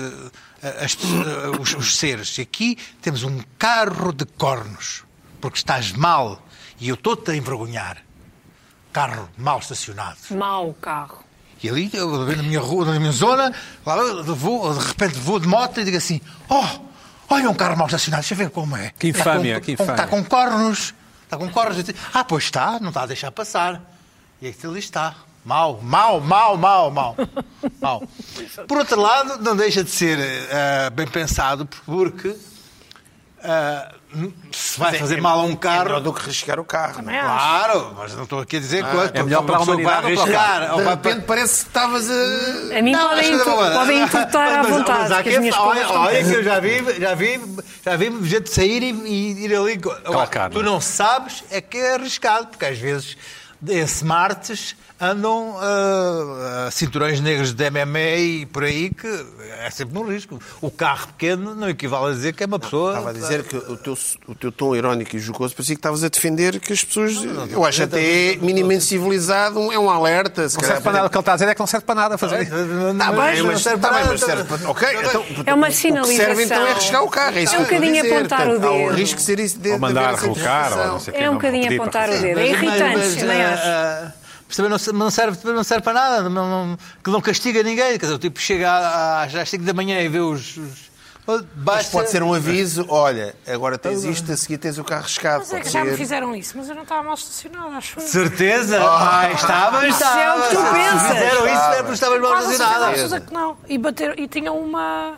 Speaker 4: eh, as pessoas- eh, os, os seres. E aqui temos um carro de cornos, porque estás mal e eu estou-te a envergonhar. Carro mal estacionado.
Speaker 2: Mau carro.
Speaker 4: E ali, eu, na minha rua, na minha zona, lá eu vou, de repente vou de moto e digo assim: Oh, olha um carro mal estacionado, deixa eu ver como é.
Speaker 1: Que infâmia,
Speaker 4: Está com-
Speaker 1: que
Speaker 4: com-
Speaker 1: infâmia.
Speaker 4: Está com cornos, está com cornos. Eu digo, Ah, pois está, não está a deixar passar. E aquilo ali está. Mal, mal, mal, mal, mal. mal. Por outro lado, não deixa de ser eh, bem pensado, porque ah, se vai fazer mal a
Speaker 3: É
Speaker 4: um
Speaker 3: melhor
Speaker 4: carro.
Speaker 3: do que Ah. riscar o carro. não é?
Speaker 5: Também acho.
Speaker 4: Claro, mas não estou aqui a dizer quanto.
Speaker 1: é melhor
Speaker 4: Uma
Speaker 1: para a
Speaker 4: pessoa que vai
Speaker 1: humanidade ou para o
Speaker 4: arriscar, ou
Speaker 3: De
Speaker 4: vai-
Speaker 3: repente parece que estavas a...
Speaker 2: A mim
Speaker 4: Não,
Speaker 2: podem,
Speaker 4: mas-
Speaker 2: intu- podem
Speaker 3: <laughs>
Speaker 2: intutar à
Speaker 4: Mas- mas
Speaker 2: vontade.
Speaker 4: há
Speaker 2: que
Speaker 4: quem-
Speaker 2: as minhas
Speaker 4: olha,
Speaker 2: coisas
Speaker 4: olha que eu já vi, já vi, já vi gente sair e, e ir ali. Agora,
Speaker 1: Calcar,
Speaker 4: tu
Speaker 1: não é?
Speaker 4: não sabes é que é arriscado, porque às vezes esses martes andam ah, ah, cinturões negros de MMA e por aí que é sempre um risco. O carro pequeno não equivale a dizer que é uma pessoa.
Speaker 3: Estava a dizer que o teu, o teu tom irónico e jocoso parecia que estavas a defender que as pessoas. eu acho até minimamente civilizado, um- é um alerta. Se
Speaker 1: Não serve para nada. O que ele está a dizer é que não serve para nada fazer isso.
Speaker 3: Está bem, mas
Speaker 4: serve
Speaker 3: serve para
Speaker 4: nada,
Speaker 3: mas serve para. Ok, então,
Speaker 2: É uma
Speaker 3: o que Serve então é
Speaker 2: sinalização.
Speaker 3: arriscar o carro. É, isso
Speaker 2: É um
Speaker 3: que eu estou a
Speaker 2: bocadinho
Speaker 3: dizer.
Speaker 2: apontar o
Speaker 3: Portanto, Há um
Speaker 2: dedo.
Speaker 3: risco de ser isso. De,
Speaker 1: Ou mandar
Speaker 3: de haver essa
Speaker 1: rocar, ou não
Speaker 3: interpretação.
Speaker 1: sei o quê.
Speaker 2: É um
Speaker 1: não,
Speaker 2: bocadinho
Speaker 1: pedir para
Speaker 2: apontar o
Speaker 1: fazer.
Speaker 2: dedo. É irritante, também
Speaker 4: ah,
Speaker 2: acho.
Speaker 3: eh,
Speaker 4: ah, mas também não, se- não serve, também não serve para nada, não- não- que não castiga ninguém. Quer dizer, o tipo chega à- às às 5 da manhã e vê os. os
Speaker 3: Mas pode ser um aviso, olha, agora tens isto, a seguir tens o carro riscado.
Speaker 5: Mas é
Speaker 3: Pode
Speaker 5: que já me
Speaker 3: ser.
Speaker 5: fizeram isso, mas eu não estava mal estacionada, acho eu.
Speaker 4: Certeza? Ah,
Speaker 2: Isso
Speaker 4: estava,
Speaker 2: é
Speaker 4: estava.
Speaker 2: o que tu
Speaker 4: Se
Speaker 2: pensas.
Speaker 4: Fizeram isso, é porque estavas mal
Speaker 5: Quase a
Speaker 4: vacinada.
Speaker 5: certeza que não. E, bater, e tinha uma.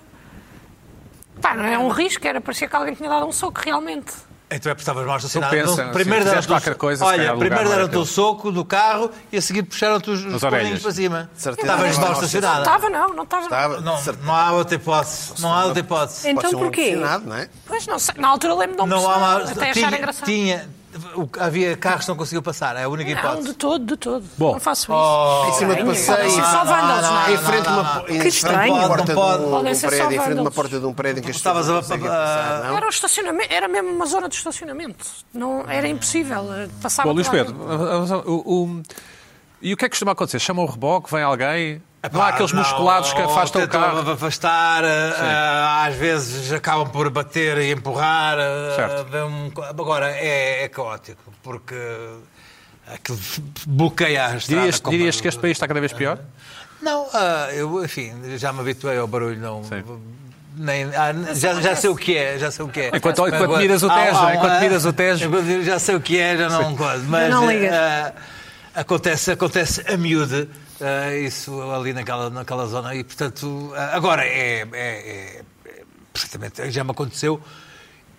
Speaker 5: Pá, não é um risco, era parecia que alguém tinha dado um soco realmente.
Speaker 4: Então é porque estavas mal estacionado.
Speaker 1: Tu pensa,
Speaker 4: Não,
Speaker 1: se
Speaker 4: deram-te
Speaker 1: fizeste
Speaker 4: o-
Speaker 1: qualquer coisa, se calhar
Speaker 4: Olha,
Speaker 1: o
Speaker 4: primeiro
Speaker 1: lugar não era
Speaker 4: deram-te o soco do carro e a seguir puxaram-te os, os
Speaker 1: As
Speaker 4: colinhos
Speaker 1: orelhas.
Speaker 4: para cima.
Speaker 3: Certeza.
Speaker 4: Estavas mal
Speaker 2: Tá.
Speaker 5: Não
Speaker 4: estacionada.
Speaker 5: estava, não, não estava. não.
Speaker 3: Estava-
Speaker 4: Não,
Speaker 3: certo,
Speaker 4: não há outra hipótese. Não há outra hipótese.
Speaker 3: tá, pode
Speaker 2: Então
Speaker 3: ser um
Speaker 2: porquê?
Speaker 3: alucinado, não é?
Speaker 5: Pois não sei, na altura lembro-me de um
Speaker 4: Não há uma...
Speaker 5: até achar
Speaker 4: tinha,
Speaker 5: engraçado.
Speaker 4: tinha- o- havia carros que não conseguiam passar, é a única
Speaker 5: Não, de
Speaker 4: hipótese.
Speaker 5: todo, de todo.
Speaker 1: Bom.
Speaker 5: Não faço isso.
Speaker 3: Em cima de passeio.
Speaker 5: Podem ser só vândalos, não
Speaker 3: Em
Speaker 5: é?
Speaker 3: frente a uma, em frente a
Speaker 2: estranho.
Speaker 3: uma porta
Speaker 4: Não pode.
Speaker 3: de um- de um
Speaker 5: Podem ser só
Speaker 3: prédio, em frente a uma
Speaker 5: vândalos.
Speaker 3: porta de um prédio em que as
Speaker 4: Estavas
Speaker 3: pessoas
Speaker 4: a-
Speaker 3: não conseguem passar, não? é?
Speaker 5: Era, um estacionamento, era mesmo uma zona de estacionamento. Não, era impossível. eh, Passava
Speaker 1: Bom, Luís
Speaker 5: toda a
Speaker 1: Pedro, o- o- e o que é que costuma acontecer? Chama o reboque, vem alguém... Não há
Speaker 4: Pá,
Speaker 1: aqueles
Speaker 4: Ah, não,
Speaker 1: musculados que
Speaker 4: ou
Speaker 1: afastam o
Speaker 4: tentam
Speaker 1: carro.
Speaker 4: afastar, eh, eh, às vezes acabam por bater e empurrar. eh,
Speaker 1: Certo.
Speaker 4: vem um co- agora é, é caótico, porque aquilo <laughs> bloqueia a estrada.
Speaker 1: Dirias,
Speaker 4: completamente.
Speaker 1: dirias que este país está cada vez pior?
Speaker 4: Não, ah, eu, enfim, já me habituei ao barulho, não. Nem, ah, já, já sei o que é, já sei o que é.
Speaker 1: Enquanto-
Speaker 4: Mas
Speaker 1: enquanto
Speaker 4: agora-
Speaker 1: miras o
Speaker 4: há-
Speaker 1: Tejo,
Speaker 4: há um-
Speaker 1: enquanto miras o Tejo.
Speaker 4: enquanto- Já sei o que é, já não gosto. Mas
Speaker 2: não ligas.
Speaker 4: ah, acontece, acontece a miúde ah, isso ali naquela, naquela zona. E portanto, ah, agora é, é, é- é perfeitamente. Já me aconteceu.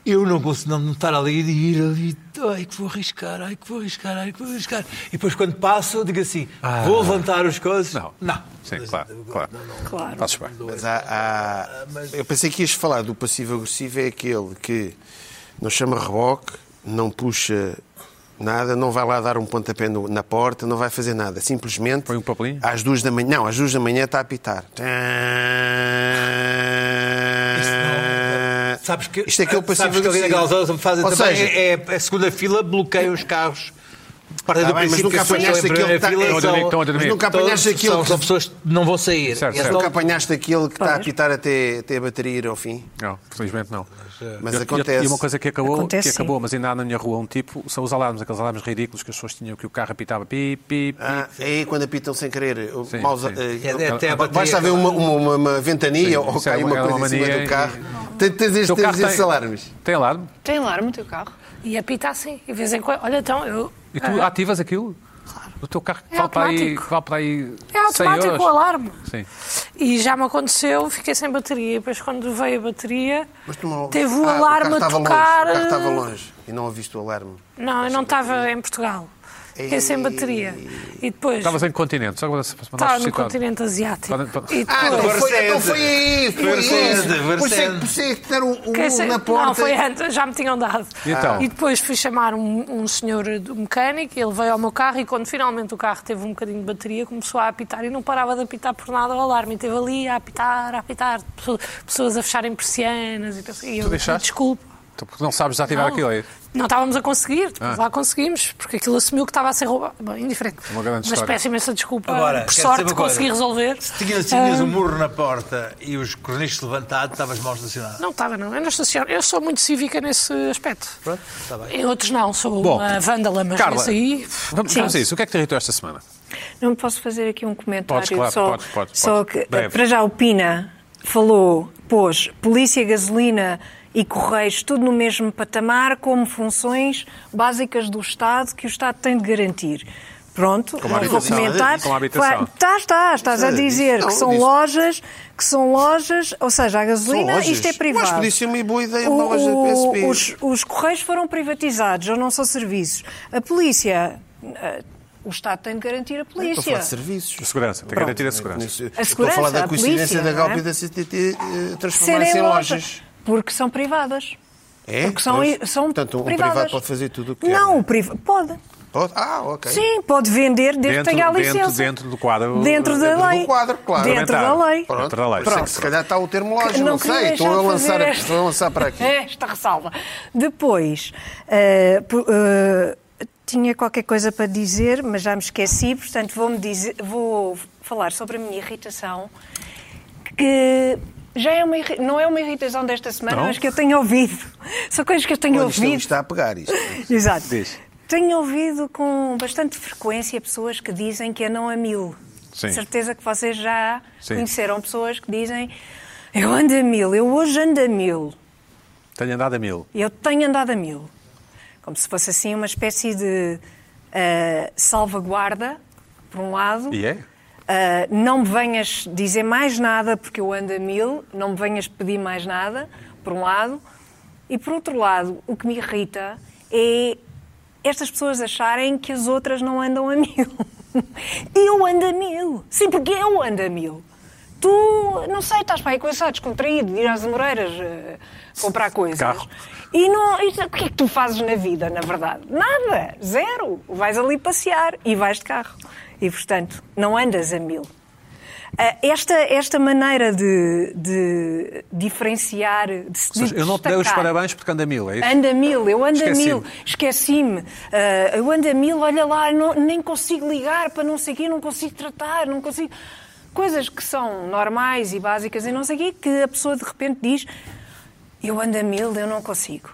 Speaker 4: Eu não consigo não não estar ali e ir ali, ai que vou arriscar, ai que vou arriscar, ai que vou arriscar. E depois quando passo, eu digo assim,
Speaker 1: Ah.
Speaker 4: vou levantar os coisas.
Speaker 1: Não.
Speaker 4: Não.
Speaker 1: Sim, claro. claro.
Speaker 2: Claro.
Speaker 1: Fazes bem.
Speaker 3: Mas há, há- Eu pensei que ias falar do passivo-agressivo é aquele que não chama reboque, não puxa nada, não vai lá dar um pontapé no- na porta, não vai fazer nada. Simplesmente...
Speaker 1: Põe um papelinho?
Speaker 3: Às duas da manhã... Não, às duas da manhã está a apitar.
Speaker 4: Sabes que,
Speaker 3: Isto é que é o
Speaker 4: sabes que ali
Speaker 3: passivo-agressivo.
Speaker 4: na Galzão fazem
Speaker 3: Ou
Speaker 4: também
Speaker 3: seja-
Speaker 4: é, é a segunda fila bloqueia os carros. Partem
Speaker 3: Tá bem, mas
Speaker 4: princípio
Speaker 3: nunca
Speaker 4: que as pessoas
Speaker 3: apanhaste
Speaker 4: estão em primeira
Speaker 3: aquele que tá-
Speaker 4: fila,
Speaker 3: Estão a
Speaker 1: dormir,
Speaker 4: são-
Speaker 1: estão a dormir.
Speaker 3: Mas nunca apanhaste
Speaker 4: todos-
Speaker 3: aquilo
Speaker 4: são,
Speaker 3: que-
Speaker 4: são pessoas que não vão
Speaker 1: Certo,
Speaker 4: sair. E
Speaker 1: certo.
Speaker 4: então-
Speaker 3: Nunca apanhaste aquele que está a
Speaker 2: Pois.
Speaker 3: apitar até, até bater ir ao fim?
Speaker 1: Não, felizmente não.
Speaker 3: Mas
Speaker 1: E- e-
Speaker 3: acontece.
Speaker 1: E uma coisa que acabou,
Speaker 2: Acontece,
Speaker 1: que
Speaker 2: sim.
Speaker 1: acabou mas ainda há na minha rua um tipo, são os alarmes, aqueles alarmes ridículos que as pessoas tinham, que o carro apitava pi, pi, pi.
Speaker 3: Ah, é aí quando apitam sem querer. O
Speaker 1: Sim,
Speaker 3: mau-
Speaker 1: sim.
Speaker 3: eh,
Speaker 4: É até a bateria.
Speaker 3: Basta haver um- uma, uma, uma- uma ventania
Speaker 1: Sim,
Speaker 3: ou
Speaker 1: isso era
Speaker 3: cair
Speaker 1: uma-
Speaker 3: é uma,
Speaker 1: era
Speaker 3: coisa
Speaker 1: uma
Speaker 3: em cima
Speaker 1: mania
Speaker 3: do carro. Tens, tens,
Speaker 1: O teu
Speaker 3: estes- tens
Speaker 1: carro
Speaker 3: esses
Speaker 1: tem-
Speaker 3: alarmes.
Speaker 1: Tem alarme?
Speaker 2: Tem alarme o teu carro?
Speaker 5: E apita assim, e de vez em quando. Olha, então, eu.
Speaker 1: E tu
Speaker 5: Ah,
Speaker 1: ativas aquilo? O teu carro
Speaker 5: É
Speaker 1: vale, para aí,
Speaker 5: automático.
Speaker 1: vale para aí
Speaker 5: é
Speaker 1: 100
Speaker 5: automático
Speaker 1: euros.
Speaker 5: o alarme.
Speaker 1: Sim.
Speaker 5: E já me aconteceu, fiquei sem bateria. E depois, quando veio a bateria,
Speaker 3: Mas tu não-
Speaker 5: teve o
Speaker 3: Ah,
Speaker 5: alarme a
Speaker 3: carro estava
Speaker 5: tocar. eh,
Speaker 3: Longe, o carro estava longe e não ouviste o alarme.
Speaker 5: Não, eu não estava em Portugal. Fiquei sem
Speaker 3: Ei.
Speaker 5: bateria. E depois.
Speaker 1: Estavas em que continente? Só agora se
Speaker 5: Estava
Speaker 1: mandaste
Speaker 5: Tá, no
Speaker 1: citar.
Speaker 5: continente asiático.
Speaker 1: Pode- pode-
Speaker 5: E
Speaker 3: Ah, então
Speaker 5: depois-
Speaker 3: foi, então foi aí, foi isso. Por
Speaker 4: Versende,
Speaker 3: isso é que-
Speaker 4: Versende.
Speaker 3: por isso é que deram o
Speaker 5: Quem
Speaker 3: o
Speaker 5: sei-
Speaker 3: na porta.
Speaker 5: Não, foi antes, já me tinham dado.
Speaker 1: E então?
Speaker 5: E depois fui chamar um, um senhor do mecânico, ele veio ao meu carro e quando finalmente o carro teve um bocadinho de bateria, começou a apitar e não parava de apitar por nada o alarme. E esteve ali a apitar, a apitar, pessoa- pessoas a fecharem persianas e, pensei- e eu,
Speaker 1: deixaste?
Speaker 5: desculpa.
Speaker 1: Tu- Porque não sabes desativar aquilo é aí.
Speaker 5: Ah. Não estávamos a conseguir, depois lá conseguimos, porque aquilo assumiu que estava a ser roubado. Bom, indiferente.
Speaker 1: Uma grande
Speaker 5: Mas
Speaker 1: história.
Speaker 5: peço imensa desculpa.
Speaker 4: Agora, quero
Speaker 5: Por
Speaker 4: dizer
Speaker 5: sorte
Speaker 4: uma coisa.
Speaker 5: consegui resolver.
Speaker 4: Se tinhas, se tinhas um murro na porta e os cornichos levantados, estavas mal estacionado.
Speaker 5: Não estava, não. Eu não estaciono. Eu sou muito cívica nesse aspecto.
Speaker 4: Pronto, está bem.
Speaker 5: Em outros não, sou
Speaker 1: Bom,
Speaker 5: uma vândala, mas
Speaker 1: Carla,
Speaker 5: nesse aí.
Speaker 1: Vamos,
Speaker 5: Sim.
Speaker 1: vamos a isso. O que é que te irritou esta semana?
Speaker 2: Não posso fazer aqui um comentário
Speaker 1: Podes, claro,
Speaker 2: só,
Speaker 1: podes, podes,
Speaker 2: só
Speaker 1: podes.
Speaker 2: que
Speaker 1: Breve.
Speaker 2: eh, para já o Pina falou, pôs polícia, gasolina e correios tudo no mesmo patamar como funções básicas do Estado que o Estado tem de garantir. Pronto,
Speaker 3: Como
Speaker 2: não vou
Speaker 3: habitação,
Speaker 2: comentar.
Speaker 3: é isso?
Speaker 1: Como habitação.
Speaker 2: Vai- Estás, estás, estás a
Speaker 3: Não,
Speaker 2: dizer
Speaker 3: é não,
Speaker 2: que são
Speaker 3: disse-
Speaker 2: lojas, que são lojas, ou seja, a gasolina,
Speaker 3: lojas?
Speaker 2: isto é
Speaker 3: Eu
Speaker 2: privado.
Speaker 3: acho que podia ser uma boa ideia uma loja de PSP.
Speaker 2: Os, os correios foram privatizados, ou não são serviços. A polícia, eh, o Estado tem de garantir a
Speaker 3: Estou a
Speaker 2: polícia.
Speaker 3: falar de serviços.
Speaker 1: A segurança, tem que garantir a segurança.
Speaker 3: Estou
Speaker 2: segurança,
Speaker 3: a falar da
Speaker 2: a
Speaker 3: coincidência
Speaker 2: polícia,
Speaker 3: da Galp
Speaker 2: não é?
Speaker 3: e da CTT eh, transformarem-se
Speaker 2: Serem
Speaker 3: em
Speaker 2: lojas.
Speaker 3: lojas.
Speaker 2: Porque são privadas.
Speaker 3: É?
Speaker 2: Porque são,
Speaker 3: Pois.
Speaker 2: são
Speaker 3: Portanto, um
Speaker 2: privadas.
Speaker 3: privado pode fazer tudo o que quer,
Speaker 2: Não,
Speaker 3: não é?
Speaker 2: o privado pode.
Speaker 3: Pode? Ah, ok.
Speaker 2: Sim, pode vender desde que
Speaker 1: Dentro-
Speaker 2: tenha a
Speaker 1: dentro-
Speaker 2: licença.
Speaker 1: dentro do quadro- eh,
Speaker 2: Dentro da
Speaker 1: dentro do
Speaker 2: lei.
Speaker 3: quadro, claro.
Speaker 2: Dentro da lei.
Speaker 1: Pronto. Outra lei.
Speaker 3: Por isso é que
Speaker 1: Pronto.
Speaker 3: se calhar está o termo loja,
Speaker 2: Que
Speaker 3: não,
Speaker 2: queria
Speaker 3: sei. Estou
Speaker 2: deixar
Speaker 3: a,
Speaker 2: de
Speaker 3: lançar,
Speaker 2: fazer É,
Speaker 3: estou a lançar
Speaker 2: <laughs>
Speaker 3: para aqui.
Speaker 2: Esta ressalva. Depois, eh, pu- eh, tinha qualquer coisa para dizer, mas já me esqueci, portanto vou-me dizer, vou falar sobre a minha irritação, que já é uma, irri- não é uma irritação desta semana,
Speaker 1: Não.
Speaker 2: mas que eu tenho ouvido. São coisas que eu tenho
Speaker 3: Olha, isto, é um isto
Speaker 2: ouvido.
Speaker 3: está a pegar isto.
Speaker 2: Exato.
Speaker 1: Diz.
Speaker 2: Tenho ouvido com bastante frequência pessoas que dizem que andam a mil.
Speaker 1: Sim.
Speaker 2: Certeza que vocês já
Speaker 1: Sim.
Speaker 2: conheceram pessoas que dizem eu ando a mil, eu hoje ando a mil.
Speaker 1: Tenho andado a mil.
Speaker 2: Eu tenho andado a mil. Como se fosse assim uma espécie de ah, salvaguarda, por um lado.
Speaker 1: E é?
Speaker 2: Ah, não me venhas dizer mais nada porque eu ando a mil, não me venhas pedir mais nada, por um lado. E por outro lado, o que me irrita é estas pessoas acharem que as outras não andam a mil. <laughs> eu ando a mil. Sim, porque eu ando a mil. Tu, não sei, estás para aí com esse ar descontraído, de ir às Amoreiras eh, comprar coisas.
Speaker 1: Carro.
Speaker 2: E, não, e o que é que tu fazes na vida, na verdade? Nada, zero. Vais ali passear e vais de carro. E, portanto, não andas a mil. Ah, Esta, esta maneira de, de diferenciar, de se
Speaker 1: Ou seja, eu não te dei os
Speaker 2: destacar.
Speaker 1: parabéns porque ando a mil, é isso?
Speaker 2: Anda mil, eu ando a
Speaker 1: Esqueci-me.
Speaker 2: mil, esqueci-me. Ah, eu ando a mil, olha lá, não- nem consigo ligar para não sei o quê, não consigo tratar, não consigo. Coisas que são normais e básicas e não sei o quê, que a pessoa de repente diz: Eu ando a mil, eu não consigo.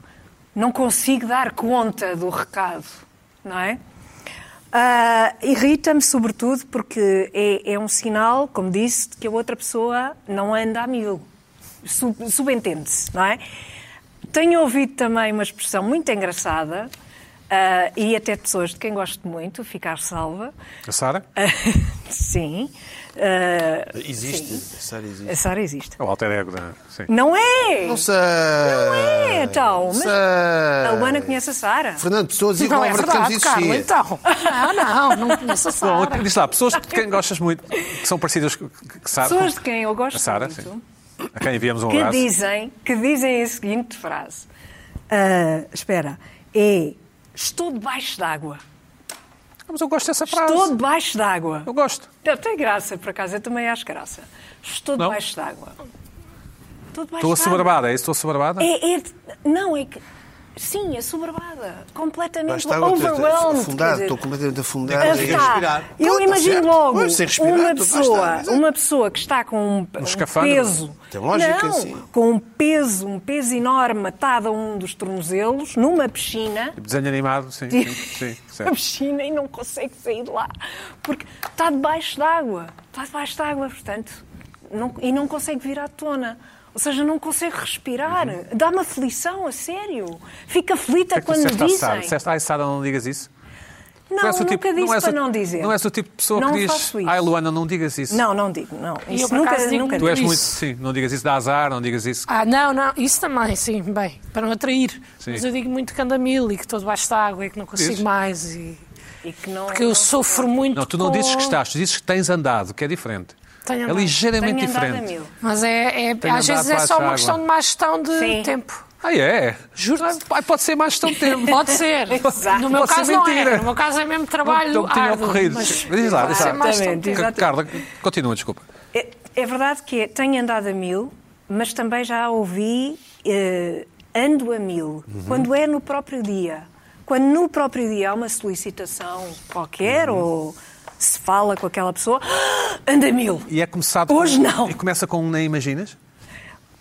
Speaker 2: Não consigo dar conta do recado, não é? Ah, Irrita-me, sobretudo, porque é, é um sinal, como disse, de que a outra pessoa não anda a mil. Sub- Subentende-se, não é? Tenho ouvido também uma expressão muito engraçada ah, e até de pessoas de quem gosto muito, ficar salva. Ah,
Speaker 1: A Sara?
Speaker 2: <laughs> Sim, ah,
Speaker 3: Existe. Sério, existe.
Speaker 2: a Sara existe.
Speaker 1: É o alter ego, da- sim.
Speaker 2: Não é!
Speaker 3: Não sei.
Speaker 2: é, então, mas-
Speaker 3: Sei.
Speaker 2: A Luana conhece a Sara.
Speaker 3: Fernando, pessoas dizia que o
Speaker 5: Não é
Speaker 3: Álvaro Campos
Speaker 5: verdade, Carla,
Speaker 3: existia.
Speaker 4: <laughs>
Speaker 5: então. Não, não, não conheço a
Speaker 1: Não,
Speaker 5: Sara.
Speaker 1: diz lá, pessoas de
Speaker 2: <laughs>
Speaker 1: quem gostas muito, que são parecidas que, que, que Sara.
Speaker 2: Pessoas de quem eu gosto
Speaker 1: A Sara,
Speaker 2: muito.
Speaker 1: sim. A quem enviamos um
Speaker 2: que
Speaker 1: abraço.
Speaker 2: dizem, que dizem a seguinte frase. Ah, espera, é estou debaixo d'água.
Speaker 1: Ah, Mas eu gosto dessa frase.
Speaker 2: Estou debaixo d'água.
Speaker 1: Eu gosto.
Speaker 2: Não, Tem graça, por acaso, eu também acho graça. Estou
Speaker 1: Não?
Speaker 2: debaixo d'água. Estou debaixo
Speaker 1: Estou
Speaker 2: d'água.
Speaker 1: assoberbada, é isso? Estou assoberbada?
Speaker 2: É, é- não, é que. Sim, é soberbada.
Speaker 3: Lá
Speaker 2: Completamente
Speaker 3: está, eu estou-
Speaker 2: overwhelmed. quer
Speaker 3: Afundado,
Speaker 2: dizer,
Speaker 3: estou completamente afundado.
Speaker 2: ah,
Speaker 4: sem
Speaker 2: está.
Speaker 4: respirar.
Speaker 2: Eu
Speaker 3: Tá
Speaker 2: imagino
Speaker 3: certo.
Speaker 2: logo
Speaker 3: Pois, sem respirar, então
Speaker 2: uma
Speaker 3: tudo lá
Speaker 2: pessoa,
Speaker 3: está, exato.
Speaker 2: uma pessoa que está com um, um
Speaker 1: escafandro.
Speaker 2: peso,
Speaker 3: é. Tem lógica,
Speaker 2: não,
Speaker 3: sim.
Speaker 2: com um peso, um peso enorme atado a um dos tornozelos, numa piscina,
Speaker 1: Desenho animado, sim, sim,
Speaker 2: <laughs>
Speaker 1: sim,
Speaker 2: uma
Speaker 1: certo.
Speaker 2: piscina e não consegue sair de lá porque está debaixo d'água, está debaixo d'água, portanto, não- e não consegue vir à tona. Ou seja, não consegue respirar. Dá-me aflição, a sério. Fica aflita
Speaker 1: O que Uhum. é que tu
Speaker 2: quando
Speaker 1: disseste à
Speaker 2: dizem.
Speaker 1: Sara? Disseste, ai Sara, não digas isso.
Speaker 2: Não,
Speaker 1: Tu és o
Speaker 2: nunca
Speaker 1: tipo-
Speaker 2: disse
Speaker 1: és
Speaker 2: para
Speaker 1: o-
Speaker 2: não dizer.
Speaker 1: Não és o tipo de pessoa
Speaker 2: Não
Speaker 1: que diz,
Speaker 2: faço isso.
Speaker 1: ai Luana, não digas isso.
Speaker 2: Não, não digo, não.
Speaker 5: E
Speaker 2: Isso
Speaker 5: eu, por
Speaker 2: nunca,
Speaker 5: acaso, digo
Speaker 2: nunca
Speaker 1: Tu és
Speaker 5: Isso.
Speaker 1: muito, sim, não digas isso, dá azar, não digas isso.
Speaker 5: Ah, não, não, isso também, sim, bem, para não atrair. Mas eu digo muito que ando a mil e que estou debaixo da água e que não consigo
Speaker 1: Dizes?
Speaker 5: mais. E...
Speaker 2: E que não,
Speaker 5: Porque eu
Speaker 2: não-
Speaker 5: sofro muito.
Speaker 1: Não, tu não
Speaker 5: com-
Speaker 1: dizes que estás, tu dizes que tens andado, que é diferente.
Speaker 5: Tenho
Speaker 1: é
Speaker 5: andado.
Speaker 1: ligeiramente
Speaker 2: tenho andado a
Speaker 1: diferente.
Speaker 2: mil.
Speaker 5: Mas é, é-
Speaker 1: Tenho
Speaker 5: às vezes
Speaker 1: andado
Speaker 5: é só
Speaker 1: debaixo
Speaker 5: uma
Speaker 1: da
Speaker 5: questão
Speaker 1: água.
Speaker 5: de má gestão de
Speaker 2: Sim.
Speaker 5: tempo.
Speaker 1: Ah, é?
Speaker 5: Juro.
Speaker 1: Ai, pode ser mais tão tempo.
Speaker 5: Pode ser.
Speaker 2: <laughs> Exato.
Speaker 5: No meu
Speaker 1: Pode ser
Speaker 5: caso não
Speaker 1: mentira.
Speaker 5: é. No meu caso é mesmo trabalho.
Speaker 1: Não, não tinha
Speaker 5: árduo,
Speaker 1: ocorrido.
Speaker 5: Mas
Speaker 1: Diz lá,
Speaker 5: pode
Speaker 1: diz
Speaker 5: ser
Speaker 1: lá.
Speaker 5: mais tão
Speaker 2: Exatamente,
Speaker 5: tempo.
Speaker 2: exato.
Speaker 1: Carla, continua, desculpa.
Speaker 2: É, é verdade que é, tenho andado a mil, mas também já ouvi eh, ando a mil, quando é no próprio dia. Quando no próprio dia há uma solicitação qualquer ou se fala com aquela pessoa, <gasps> "Ah, anda a mil.
Speaker 1: E é começado.
Speaker 2: Hoje
Speaker 1: com-
Speaker 2: não.
Speaker 1: E começa com um nem imaginas?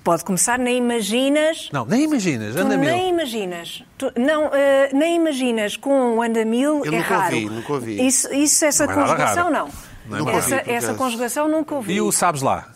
Speaker 2: Pode começar, nem imaginas.
Speaker 1: Não, nem imaginas,
Speaker 2: Tu
Speaker 1: anda mil.
Speaker 2: nem imaginas. Tu- não, eh, nem imaginas com um anda mil
Speaker 3: Eu
Speaker 2: é
Speaker 3: nunca
Speaker 2: raro.
Speaker 3: ouvi, nunca ouvi.
Speaker 2: Isso, isso essa
Speaker 1: Não é nada
Speaker 2: conjugação
Speaker 1: raro.
Speaker 2: não.
Speaker 1: Não é nada
Speaker 2: essa,
Speaker 3: raro, por
Speaker 2: essa
Speaker 3: acaso.
Speaker 2: conjugação nunca ouvi.
Speaker 1: E o sabes lá?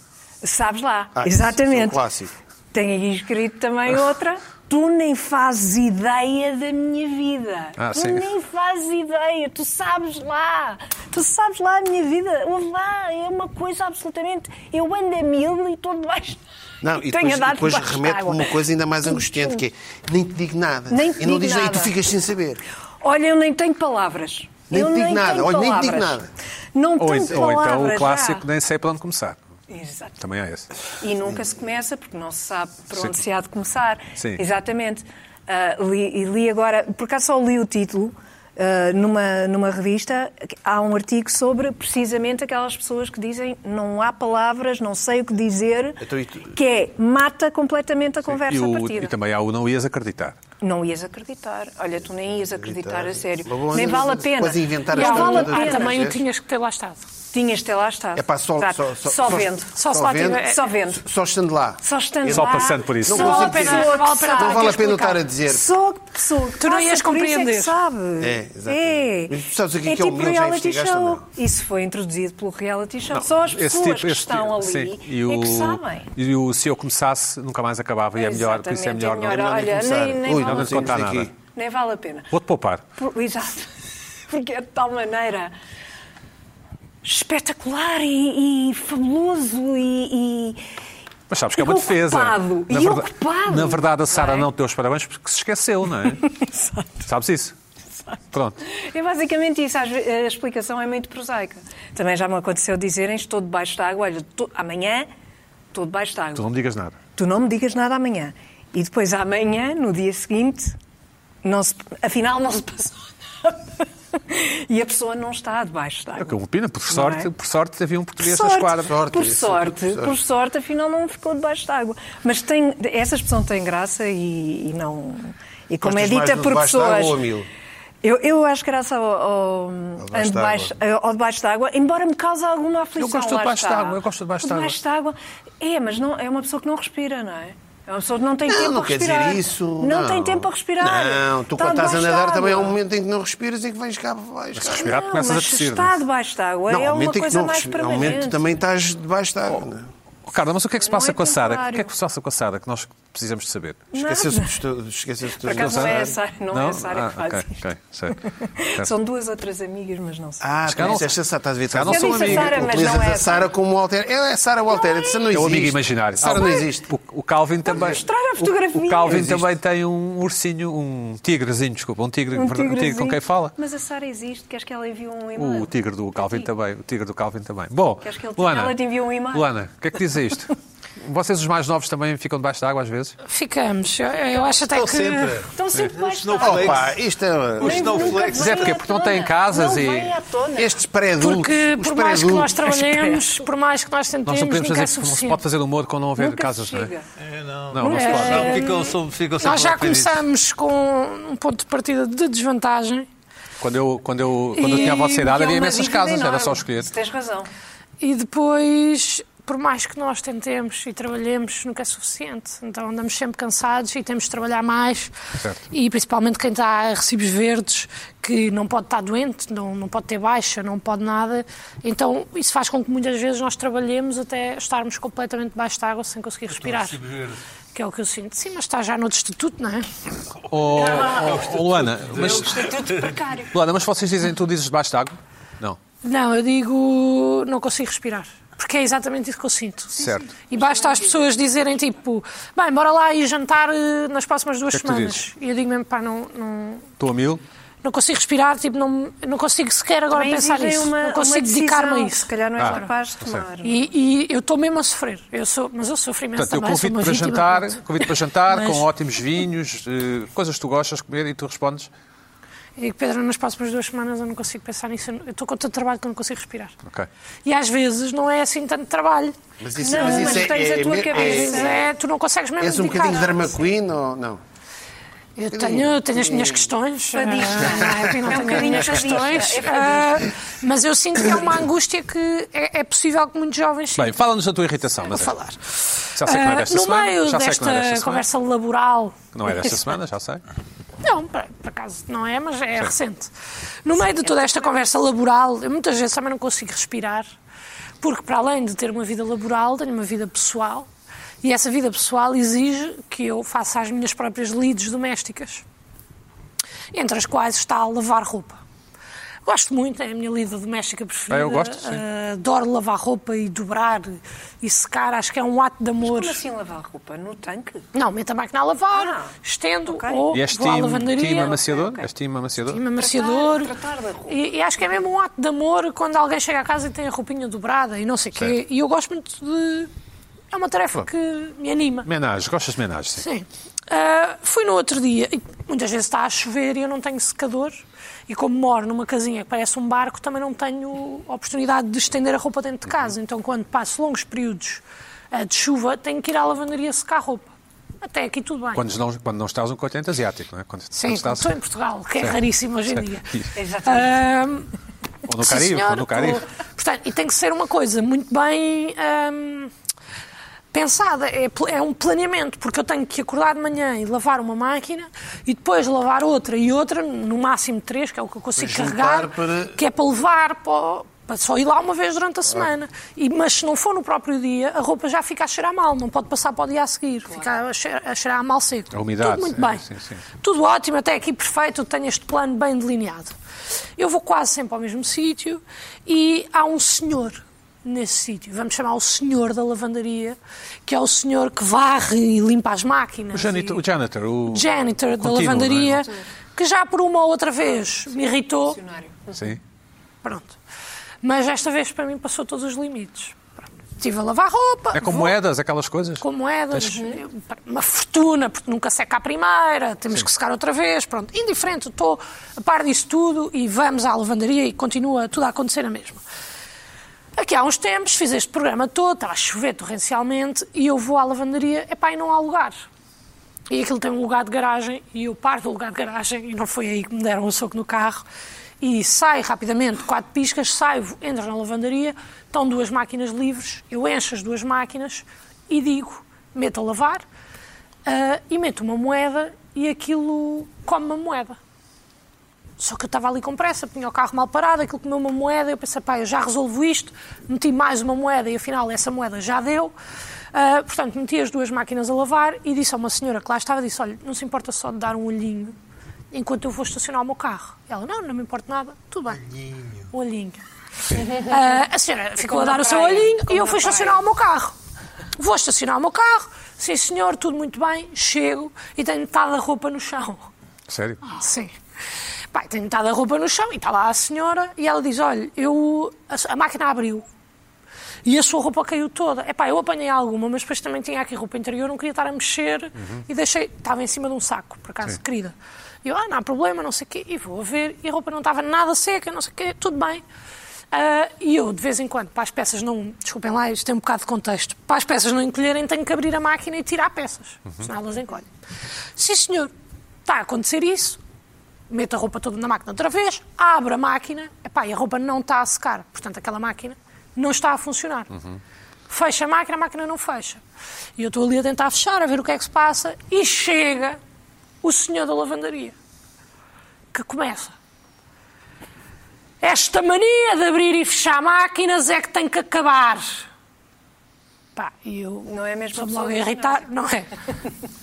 Speaker 2: Sabes lá,
Speaker 3: Ah, isso é um
Speaker 2: exatamente.
Speaker 3: clássico.
Speaker 2: Tem aí escrito também outra. Tu nem fazes ideia da minha vida.
Speaker 1: Ah,
Speaker 2: tu
Speaker 1: sim.
Speaker 2: nem fazes ideia. Tu sabes lá. Tu sabes lá a minha vida. Ouve lá. É uma coisa absolutamente. Eu ando a mil e estou debaixo.
Speaker 3: Não, e
Speaker 2: tenho
Speaker 3: depois,
Speaker 2: andado
Speaker 3: depois
Speaker 2: debaixo
Speaker 3: remete para
Speaker 2: d'água.
Speaker 3: uma coisa ainda mais angustiante, que é nem te digo nada.
Speaker 2: Nem te
Speaker 3: e não
Speaker 2: digo
Speaker 3: diz e tu
Speaker 2: nada.
Speaker 3: ficas sem saber.
Speaker 2: Olha, eu nem tenho palavras.
Speaker 3: Nem
Speaker 2: eu
Speaker 3: te digo
Speaker 2: nem
Speaker 3: nada.
Speaker 2: Tenho
Speaker 3: Olha, nem
Speaker 2: palavras.
Speaker 3: te digo nada.
Speaker 2: Não
Speaker 1: Ou,
Speaker 2: tenho
Speaker 1: en- ou
Speaker 2: palavras.
Speaker 1: então o
Speaker 2: já.
Speaker 1: clássico, nem sei para onde começar.
Speaker 2: Exato.
Speaker 1: Também é esse.
Speaker 2: E nunca se começa, porque não se sabe por onde
Speaker 1: Sim.
Speaker 2: se há de começar.
Speaker 1: Sim.
Speaker 2: Exatamente. Ah, li, e li agora, por acaso só li o título, ah, numa, numa revista, há um artigo sobre precisamente aquelas pessoas que dizem não há palavras, não sei o que dizer,
Speaker 3: Então, e tu-
Speaker 2: que é mata completamente a conversa
Speaker 1: E, o-
Speaker 2: a partida.
Speaker 1: e também há o não ias acreditar.
Speaker 2: Não ias acreditar. Olha, tu nem ias acreditar a sério.
Speaker 3: Mas bom,
Speaker 2: nem
Speaker 3: mas-
Speaker 2: vale a
Speaker 3: mas
Speaker 2: pena.
Speaker 3: podes inventar
Speaker 2: não
Speaker 3: as
Speaker 2: vale a
Speaker 3: coisas
Speaker 2: pena.
Speaker 5: Ah,
Speaker 3: todas.
Speaker 5: também o
Speaker 3: Mas-
Speaker 5: tinhas que ter lá estado.
Speaker 2: Tinhas até lá estado.
Speaker 3: É pá, só,
Speaker 2: Exato.
Speaker 3: só, só,
Speaker 2: Só vendo.
Speaker 5: Só se lá
Speaker 3: vendo,
Speaker 5: tiver-
Speaker 2: Só vendo.
Speaker 3: Só estando lá.
Speaker 2: Só estando
Speaker 1: Só
Speaker 2: lá,
Speaker 1: passando por isso.
Speaker 2: Só
Speaker 1: Não
Speaker 2: a
Speaker 3: consigo
Speaker 2: pessoa
Speaker 5: dizer.
Speaker 2: que
Speaker 5: Vale a pena
Speaker 2: sabe.
Speaker 3: Não vale a pena eu
Speaker 5: explicar.
Speaker 3: estar a dizer.
Speaker 2: Só a pessoa que
Speaker 5: Tu não
Speaker 2: passa
Speaker 5: ias
Speaker 2: por isso É,
Speaker 5: compreender.
Speaker 2: que sabe.
Speaker 3: É, exatamente.
Speaker 2: É.
Speaker 3: Mas tu sabes o que é que é o
Speaker 2: tipo
Speaker 3: meu, já
Speaker 2: reality
Speaker 3: investigaste ou
Speaker 2: show.
Speaker 3: não?
Speaker 2: Isso foi introduzido pelo reality show. Só as pessoas que estão ali
Speaker 1: tipo, sim. E
Speaker 2: é
Speaker 1: o,
Speaker 2: que sabem.
Speaker 1: E o se eu começasse, nunca mais acabava. E é melhor, por isso é
Speaker 2: Exatamente,
Speaker 1: melhor.
Speaker 2: é
Speaker 1: não-
Speaker 2: melhor. Ah,
Speaker 1: não-
Speaker 2: Olha,
Speaker 3: começar.
Speaker 2: nem, nem
Speaker 3: Ui,
Speaker 1: não
Speaker 2: vale a
Speaker 1: vamos
Speaker 2: pena.
Speaker 1: contar
Speaker 3: Saímos
Speaker 1: nada.
Speaker 3: daqui.
Speaker 2: Nem vale a pena.
Speaker 1: Vou-te poupar.
Speaker 2: Por- Exato. <laughs> Porque é de tal maneira espetacular e, e fabuloso e. e-
Speaker 1: Mas sabes que é
Speaker 2: E
Speaker 1: uma defesa.
Speaker 2: ocupado. E
Speaker 1: verda-
Speaker 2: ocupado.
Speaker 1: na verdade, a Sara
Speaker 2: Não é?
Speaker 1: não te deu os parabéns porque se esqueceu, não é?
Speaker 2: <laughs>
Speaker 1: sabes isso? Pronto.
Speaker 2: É basicamente isso. Às ve- A explicação é muito prosaica. Também já me aconteceu dizerem: estou debaixo de água, olha, tô- amanhã estou debaixo de água.
Speaker 1: Tu não me digas nada.
Speaker 2: tu não me digas nada amanhã. E depois amanhã, no dia seguinte, não se- afinal não se passou <laughs> nada. E a pessoa não está debaixo da
Speaker 1: É o que
Speaker 2: água.
Speaker 1: eu opino. Por
Speaker 2: Não
Speaker 1: sorte,
Speaker 2: é?
Speaker 1: por sorte havia um
Speaker 2: Por
Speaker 1: português na
Speaker 2: sorte,
Speaker 1: esquadra.
Speaker 3: Sorte,
Speaker 2: por
Speaker 3: isso,
Speaker 2: sorte,
Speaker 3: por sorte.
Speaker 2: por sorte, afinal não ficou debaixo d'água. Mas tem, essa expressão tem graça e, e não. E como é
Speaker 3: Gostas mais
Speaker 2: dita
Speaker 3: do
Speaker 2: por
Speaker 3: debaixo d'água
Speaker 2: pessoas.
Speaker 3: ou a mil?
Speaker 2: Eu, eu acho graça ao, ao,
Speaker 3: debaixo
Speaker 2: ao debaixo, eh, ao debaixo d'água, embora me cause alguma aflição.
Speaker 1: gosto do
Speaker 2: lá
Speaker 1: debaixo
Speaker 2: está.
Speaker 1: d'água, eu gosto do debaixo
Speaker 2: O debaixo d'água. É, mas não, é uma pessoa que não respira, não é? É uma pessoa que não tem
Speaker 3: Não,
Speaker 2: tempo
Speaker 3: não
Speaker 2: a
Speaker 3: quer
Speaker 2: respirar.
Speaker 3: dizer isso.
Speaker 2: Não, tem tempo a respirar. Tá
Speaker 3: Não, tu
Speaker 2: Está
Speaker 3: quando estás a
Speaker 2: debaixo
Speaker 3: nadar
Speaker 2: d'água.
Speaker 3: também há um momento em que não respiras e que vais cá, vais cá.
Speaker 1: respirar
Speaker 2: Não,
Speaker 1: começas a
Speaker 2: mas
Speaker 1: tossir, não
Speaker 2: está
Speaker 1: é?
Speaker 2: debaixo d'água,
Speaker 3: há
Speaker 2: é
Speaker 3: um momento
Speaker 2: uma
Speaker 3: em que
Speaker 2: coisa
Speaker 3: não
Speaker 2: mais
Speaker 3: respira, há um momento
Speaker 2: permanente.
Speaker 3: que também estás debaixo da água. não é?
Speaker 1: Ricardo, mas o que é que se
Speaker 2: Não
Speaker 1: passa
Speaker 2: é
Speaker 1: com a Sara? O
Speaker 2: temporário.
Speaker 1: que é que se passa com a Sara que nós precisamos de saber?
Speaker 3: Esqueces dos teus- Esqueces
Speaker 2: Por acaso não é a Sara, não, é a Sara
Speaker 1: Ah,
Speaker 2: que faz
Speaker 1: ok,
Speaker 2: isto.
Speaker 1: ok, sei. Certo.
Speaker 2: São duas outras amigas, mas não sei.
Speaker 3: Ah,
Speaker 1: Se calhar
Speaker 3: tu
Speaker 1: não-
Speaker 3: disseste a Sara, estás a ver?
Speaker 1: se calhar não Eu sou disse a amiga.
Speaker 2: Sara, mas
Speaker 3: Utilizas
Speaker 2: não é
Speaker 3: a
Speaker 2: a
Speaker 3: Sara
Speaker 2: Sara.
Speaker 3: como alter. Ela é a Sara Walter, essa não
Speaker 1: É
Speaker 3: existe.
Speaker 1: o amigo imaginário.
Speaker 3: Sara não
Speaker 1: Ah,
Speaker 3: existe.
Speaker 1: O, o Calvin também.
Speaker 2: mostrar a
Speaker 1: o- O,
Speaker 2: fotografia.
Speaker 1: Calvin
Speaker 3: Existe.
Speaker 1: também tem um ursinho, um tigrezinho, desculpa, um tigre,
Speaker 2: Um
Speaker 1: verdade, um tigre com
Speaker 2: tigrezinho.
Speaker 1: quem fala.
Speaker 2: Mas a Sara existe, queres que ela envie um e-mail?
Speaker 1: O tigre do Calvin também, o tigre do Calvin também. Bom,
Speaker 2: Queres que ele te-
Speaker 1: Luana,
Speaker 2: ela te envie um e-mail?
Speaker 1: Luana, o que é que diz a
Speaker 2: <laughs>
Speaker 1: isto? Vocês, os mais novos, também ficam debaixo da água às vezes?
Speaker 5: Ficamos. Eu, eu acho até
Speaker 4: Estou
Speaker 5: que.
Speaker 4: sempre.
Speaker 2: Estão sempre mais
Speaker 4: não
Speaker 2: tarde.
Speaker 4: foi-
Speaker 3: Opa, isto é.
Speaker 4: Os
Speaker 2: Nem- nunca
Speaker 4: snowflakes.
Speaker 1: Mas é
Speaker 2: vêm
Speaker 1: porque-
Speaker 2: à
Speaker 1: porque não
Speaker 2: tona.
Speaker 1: têm casas
Speaker 2: Não
Speaker 1: e-
Speaker 2: vêm à tona.
Speaker 3: Estes pré-adultos.
Speaker 5: Porque
Speaker 3: os
Speaker 5: por mais que nós
Speaker 3: pré-adultos.
Speaker 5: trabalhemos, por mais que nós
Speaker 1: Nós
Speaker 5: tentemos,
Speaker 1: não podemos fazer,
Speaker 5: nunca é
Speaker 1: não se
Speaker 5: suficiente.
Speaker 1: pode fazer humor com não haver
Speaker 2: Nunca
Speaker 1: casas, não é?
Speaker 2: chega.
Speaker 1: Não, não se pode.
Speaker 5: é.
Speaker 4: Não, ficam, só- um ficam sempre
Speaker 5: Nós já
Speaker 4: ofendidos.
Speaker 5: começamos com um ponto de partida de desvantagem
Speaker 1: Quando eu, quando eu, quando eu
Speaker 5: E-
Speaker 1: tinha a vossa idade,
Speaker 2: Porque é
Speaker 1: havia
Speaker 2: uma
Speaker 1: imensas
Speaker 2: dívida
Speaker 1: casas, era
Speaker 2: enorme.
Speaker 1: só escolher.
Speaker 2: Isso Tens razão.
Speaker 5: e depois, por mais que nós tentemos e trabalhemos, nunca é suficiente. Então andamos sempre cansados e temos de trabalhar mais.
Speaker 1: Certo.
Speaker 5: E principalmente quem está a recibos verdes, que não pode estar doente, não, não pode ter baixa, não pode nada. Então isso faz com que muitas vezes nós trabalhemos até estarmos completamente debaixo de água sem conseguir respirar. Que é o que eu sinto. Sim, mas está já no estatuto, não é?
Speaker 1: Oh, oh, oh, Luana, mas,
Speaker 2: Estatuto precário.
Speaker 1: Luana, mas vocês dizem, tu dizes debaixo de água? Não.
Speaker 5: Não, eu digo não consigo respirar. Porque é exatamente isso que eu sinto.
Speaker 1: Certo.
Speaker 5: E basta as pessoas dizerem tipo, bem, bora lá e jantar eh, nas próximas duas
Speaker 1: O que é que tu
Speaker 5: semanas. E eu digo mesmo, pá, não, não,
Speaker 1: Estou a mil?
Speaker 5: não consigo respirar, tipo, não, não consigo sequer agora
Speaker 2: Também
Speaker 5: pensar
Speaker 2: exigem
Speaker 5: nisso.
Speaker 2: uma-
Speaker 5: não
Speaker 2: uma
Speaker 5: consigo
Speaker 2: decisão
Speaker 5: dedicar-me a
Speaker 2: que Se
Speaker 5: isso.
Speaker 2: calhar não és
Speaker 1: Ah,
Speaker 2: capaz de
Speaker 1: certo.
Speaker 2: tomar.
Speaker 5: E, e eu estou mesmo a sofrer. Eu sou, mas eu sofro imenso
Speaker 1: Portanto, eu
Speaker 5: também. sou
Speaker 1: convido
Speaker 5: uma
Speaker 1: para
Speaker 5: vítima,
Speaker 1: jantar,
Speaker 5: pronto.
Speaker 1: convido para jantar
Speaker 5: Mas-
Speaker 1: com ótimos vinhos, eh, coisas que tu gostas de comer e tu respondes.
Speaker 5: Eu digo, Pedro, nas próximas duas semanas eu não consigo pensar nisso. Eu estou com tanto trabalho que eu não consigo respirar.
Speaker 1: Ok.
Speaker 5: E às vezes não é assim tanto trabalho.
Speaker 3: Mas isso,
Speaker 2: Não,
Speaker 3: mas
Speaker 2: mas
Speaker 3: isso é,
Speaker 2: tens a
Speaker 3: é,
Speaker 2: tua
Speaker 3: é-
Speaker 5: Às
Speaker 2: cabeça.
Speaker 5: vezes é, tu não consegues
Speaker 3: é-
Speaker 5: mesmo
Speaker 3: és um
Speaker 5: dedicar.
Speaker 3: bocadinho drama queen ou não?
Speaker 5: Eu tenho, eu tenho as minhas questões.
Speaker 2: É Fadista.
Speaker 5: Ah, eu não
Speaker 2: É um
Speaker 5: tenho as
Speaker 2: bocadinho
Speaker 5: minhas
Speaker 2: fadista,
Speaker 5: questões.
Speaker 2: é
Speaker 5: Ah, mas eu sinto que é uma angústia que é, é possível que muitos jovens sintam.
Speaker 1: Bem, fala-nos da tua irritação,
Speaker 5: Vou
Speaker 1: mas é-
Speaker 5: falar.
Speaker 1: já sei que não é
Speaker 5: Ah,
Speaker 1: desta
Speaker 5: no
Speaker 1: semana.
Speaker 5: meio
Speaker 1: já sei que
Speaker 5: desta
Speaker 1: não é desta semana.
Speaker 5: conversa laboral.
Speaker 1: Não é
Speaker 5: <laughs>
Speaker 1: desta semana, já sei.
Speaker 5: Não, por, por acaso não é, mas é recente. No meio
Speaker 1: é
Speaker 5: de toda esta conversa laboral, eu muitas vezes também não consigo respirar, porque para além de ter uma vida laboral, tenho uma vida pessoal E essa vida pessoal exige que eu faça as minhas próprias lides domésticas, entre as quais está a lavar roupa. Gosto muito, é a minha lida doméstica preferida.
Speaker 1: Ah, eu gosto, sim.
Speaker 5: Ah, adoro lavar roupa e dobrar e secar, acho que é um ato de amor.
Speaker 2: Como assim lavar roupa? No tanque?
Speaker 5: Não, meto a máquina a lavar,
Speaker 2: Ah,
Speaker 5: estendo
Speaker 2: ok.
Speaker 5: ou <laughs>
Speaker 1: E este é
Speaker 5: vou à
Speaker 1: time,
Speaker 5: lavandaria.
Speaker 1: time amaciador?
Speaker 2: ok.
Speaker 1: Este time amaciador?
Speaker 5: Time amaciador.
Speaker 2: tratar da roupa.
Speaker 5: assim, E, e acho que é mesmo um ato de amor quando alguém chega a casa e tem a roupinha dobrada e não sei o quê.
Speaker 1: Certo.
Speaker 5: E eu gosto muito de. É uma tarefa que me anima.
Speaker 1: Menage, gostas de menage, sim.
Speaker 5: Sim. Ah, fui no outro dia, e muitas vezes está a chover e eu não tenho secador, e como moro numa casinha que parece um barco, também não tenho oportunidade de estender a roupa dentro de casa. Então, quando passo longos períodos ah, de chuva, tenho que ir à lavanderia secar a roupa. Até aqui tudo bem.
Speaker 1: Quando não, quando não estás um continente asiático, não é? Quando,
Speaker 5: Sim,
Speaker 1: quando
Speaker 5: como
Speaker 1: estás
Speaker 5: estou em Portugal, que é raríssimo hoje em dia.
Speaker 2: Exatamente.
Speaker 5: Ah,
Speaker 1: ou no
Speaker 5: Sim,
Speaker 1: Caribe,
Speaker 5: senhor.
Speaker 1: ou no Caribe.
Speaker 5: Ou- Portanto, e tem que ser uma coisa muito bem hum, pensada. É, pl- é um planeamento, porque eu tenho que acordar de manhã e lavar uma máquina e depois lavar outra e outra, no máximo três, que é o que eu consigo
Speaker 3: Para juntar
Speaker 5: carregar,
Speaker 3: para-
Speaker 5: que é para levar para, o- para só ir lá uma vez durante a semana. E, mas se não for no próprio dia, a roupa já fica a cheirar mal, não pode passar para o dia a seguir, fica a cheirar, a cheirar a mal seco.
Speaker 1: A umidade,
Speaker 5: Tudo muito
Speaker 1: sim,
Speaker 5: bem.
Speaker 1: sim, sim.
Speaker 5: Tudo ótimo, até aqui perfeito, eu tenho este plano bem delineado. Eu vou quase sempre ao mesmo sítio e há um senhor nesse sítio, vamos chamar o senhor da lavandaria, que é o senhor que varre e limpa as máquinas.
Speaker 1: O janitor,
Speaker 5: e-
Speaker 1: o janitor, o-
Speaker 5: janitor da
Speaker 1: contínuo,
Speaker 5: lavandaria,
Speaker 1: não é?
Speaker 5: que já por uma ou outra vez me irritou.
Speaker 2: Funcionário.
Speaker 1: é? Sim.
Speaker 5: Pronto. Mas esta vez para mim passou todos os limites. Pronto. Estive a lavar roupa.
Speaker 1: É com
Speaker 5: vou-
Speaker 1: moedas, aquelas coisas?
Speaker 5: com moedas, eu- é, uma fortuna, porque nunca seca a primeira, temos que secar outra vez, pronto. Indiferente, estou a par disso tudo e vamos à lavandaria e continua tudo a acontecer a mesma. Aqui há uns tempos fiz este programa todo, estava a chover torrencialmente e eu vou à lavandaria, epá, e não há lugar. E aquilo tem um lugar de garagem e eu paro do lugar de garagem e não foi aí que me deram o soco no carro. E saio rapidamente, quatro piscas, saio, entro na lavandaria, estão duas máquinas livres, eu encho as duas máquinas e digo, meto a lavar ah, e meto uma moeda e aquilo come uma moeda. Só que eu estava ali com pressa, tinha o carro mal parado, aquilo comeu uma moeda, eu pensei, pá, eu já resolvo isto, meti mais uma moeda e afinal essa moeda já deu. Ah, portanto, meti as duas máquinas a lavar e disse a uma senhora que lá estava, disse, olha, não se importa só de dar um olhinho enquanto eu vou estacionar o meu carro. Ela, não, não me importa nada, tudo bem. Olhinho. Olhinho. <laughs> Ah, a senhora ficou a
Speaker 2: na
Speaker 5: dar o seu
Speaker 2: praia,
Speaker 5: olhinho
Speaker 2: É como
Speaker 5: e eu
Speaker 2: na
Speaker 5: fui
Speaker 2: praia.
Speaker 5: estacionar o meu carro. Vou estacionar o meu carro, sim senhor, tudo muito bem, chego e tenho metade da roupa no chão.
Speaker 1: Sério?
Speaker 5: Sim. Pai, tenho metade da roupa no chão e está lá a senhora e ela diz: Olha, eu, a, a máquina abriu e a sua roupa caiu toda. É pá, eu apanhei alguma, mas depois também tinha aqui roupa interior, não queria estar a mexer e deixei. Estava em cima de um saco, por acaso, querida. E eu, ah, não há problema, não sei o quê, e vou a ver e a roupa não estava nada seca, não sei o quê, tudo bem. Ah, e eu, de vez em quando, para as peças não. Desculpem lá, isto tem um bocado de contexto. Para as peças não encolherem, tenho que abrir a máquina e tirar peças, senão elas encolhem. Sim, senhor, está a acontecer isso, meto a roupa toda na máquina outra vez, abro a máquina, epá, e a roupa não está a secar. Portanto, aquela máquina não está a funcionar. Fecha a máquina, a máquina não fecha. E eu estou ali a tentar fechar, a ver o que é que se passa, e chega o senhor da lavandaria, que começa. Esta mania de abrir e fechar máquinas é que tem que acabar. Pá, e eu
Speaker 2: Não é a mesma
Speaker 5: me
Speaker 2: pessoa
Speaker 5: logo a
Speaker 2: que
Speaker 5: irritar, não é?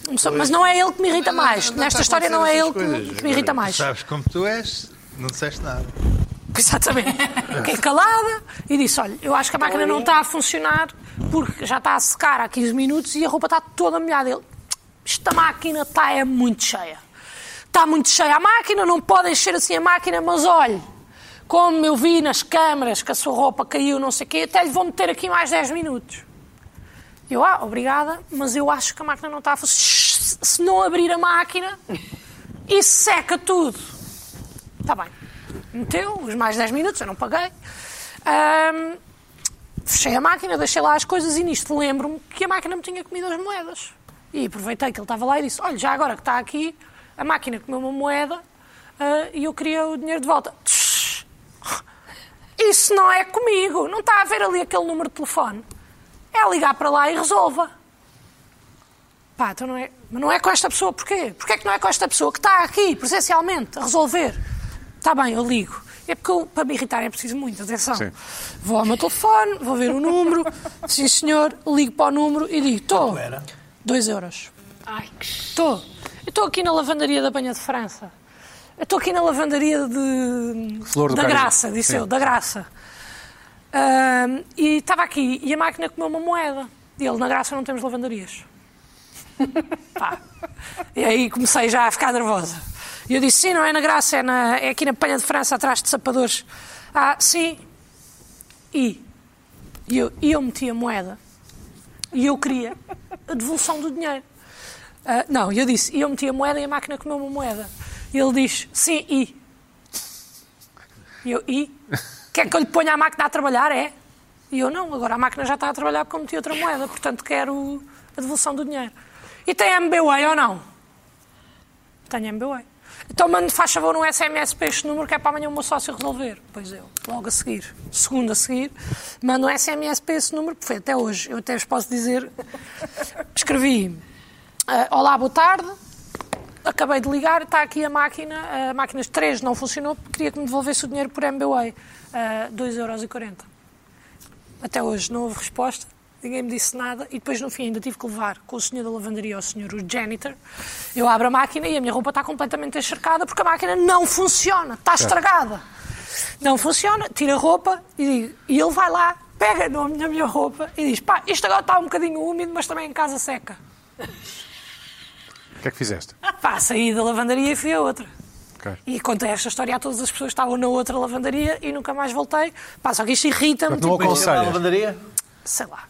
Speaker 5: Começou- Mas não é ele que me irrita mais.
Speaker 3: Não, não
Speaker 5: Nesta
Speaker 3: está a
Speaker 5: história não é
Speaker 3: acontecer essas
Speaker 5: ele que me,
Speaker 3: coisas. é
Speaker 5: que me irrita mais.
Speaker 4: Sabes como tu és, não disseste nada.
Speaker 5: <laughs> Exatamente. Fiquei calada e disse: Olha, eu acho que a máquina não está a funcionar porque já está a secar há 15 minutos e a roupa está toda molhada. Ele, esta máquina está é muito cheia. Está muito cheia a máquina, não pode encher assim a máquina, mas olhe, como eu vi nas câmaras que a sua roupa caiu, não sei o quê, até lhe vou meter aqui mais 10 minutos. Eu, ah, obrigada, mas eu acho que a máquina não está a funcionar. Se não abrir a máquina, <laughs> isso seca tudo. Está Tá bem. Meteu os mais 10 minutos, eu não paguei. Ahm, fechei a máquina, deixei lá as coisas e nisto lembro-me que a máquina me tinha comido as moedas. E aproveitei que ele estava lá e disse: Olha, já agora que está aqui, a máquina comeu uma moeda ah, e eu queria o dinheiro de volta. <laughs> Tsh! Isso não é comigo. Não está a ver ali aquele número de telefone. É ligar para lá e resolva. Pá, então não é, mas não é com esta pessoa, porquê? Porquê é que não é com esta pessoa que está aqui, presencialmente, a resolver? Está bem, eu ligo. É porque eu, para me irritar é preciso muito, atenção.
Speaker 1: Sim.
Speaker 5: Vou ao meu telefone, vou ver o número, sim senhor, ligo para o número e digo, estou,
Speaker 4: era?
Speaker 5: 2 euros.
Speaker 2: Ai, que...
Speaker 5: Estou. Eu estou aqui na lavandaria da Banha de França. Eu estou aqui na lavandaria de...
Speaker 1: Flor do
Speaker 5: da
Speaker 1: Cais.
Speaker 5: Graça, disse
Speaker 1: Sim.
Speaker 5: eu, da Graça. Ahm, e estava aqui e a máquina comeu uma moeda. E ele, na Graça não
Speaker 2: <laughs>
Speaker 5: temos lavandarias. Pá. E aí comecei já a ficar nervosa. E eu disse, sim, não é na Graça, é, na- é aqui na Banha de França, atrás de sapadores. Ah, sim. E? E eu, e eu meti a moeda. E eu queria a devolução do dinheiro. Ah, não, eu disse, e eu meti a moeda e a máquina comeu uma moeda. E ele diz, sim, e? E eu, e? Quer que eu lhe ponha a máquina a trabalhar? É. E eu, não, agora a máquina já está a trabalhar porque eu meti outra moeda, portanto quero a devolução do dinheiro. E tem MBWay é ou não? Tenho MBWay. Então mande, faz favor, um SMS para este número que é para amanhã o meu sócio resolver. Pois eu, logo a seguir, segundo a seguir, mando um SMS para esse número, porque foi até hoje. Eu até vos posso dizer, <laughs> escrevi ah, Olá, boa tarde. Acabei de ligar, está aqui a máquina. A máquina 3 não funcionou, porque queria que me devolvesse o dinheiro por MBWay. Ah, 2,40€. Até hoje não houve resposta, ninguém me disse nada e depois no fim ainda tive que levar com o senhor da lavandaria ao senhor, o janitor. Eu abro a máquina e a minha roupa está completamente encharcada porque a máquina não funciona, está estragada. Não funciona, tira a roupa e, digo- e ele vai lá, pega na minha, minha roupa e diz: pá, isto agora está um bocadinho úmido, mas também em casa seca.
Speaker 1: O que é que fizeste?
Speaker 5: Pá, saí da lavandaria e fui a outra.
Speaker 1: Ok.
Speaker 5: E contei esta história a todas as pessoas que estavam na outra lavandaria e nunca mais voltei. Pá, só que isto
Speaker 1: Não
Speaker 5: irrita-me.
Speaker 4: é
Speaker 5: tipo,
Speaker 1: aconselhas.
Speaker 4: lavandaria?
Speaker 5: sei lá.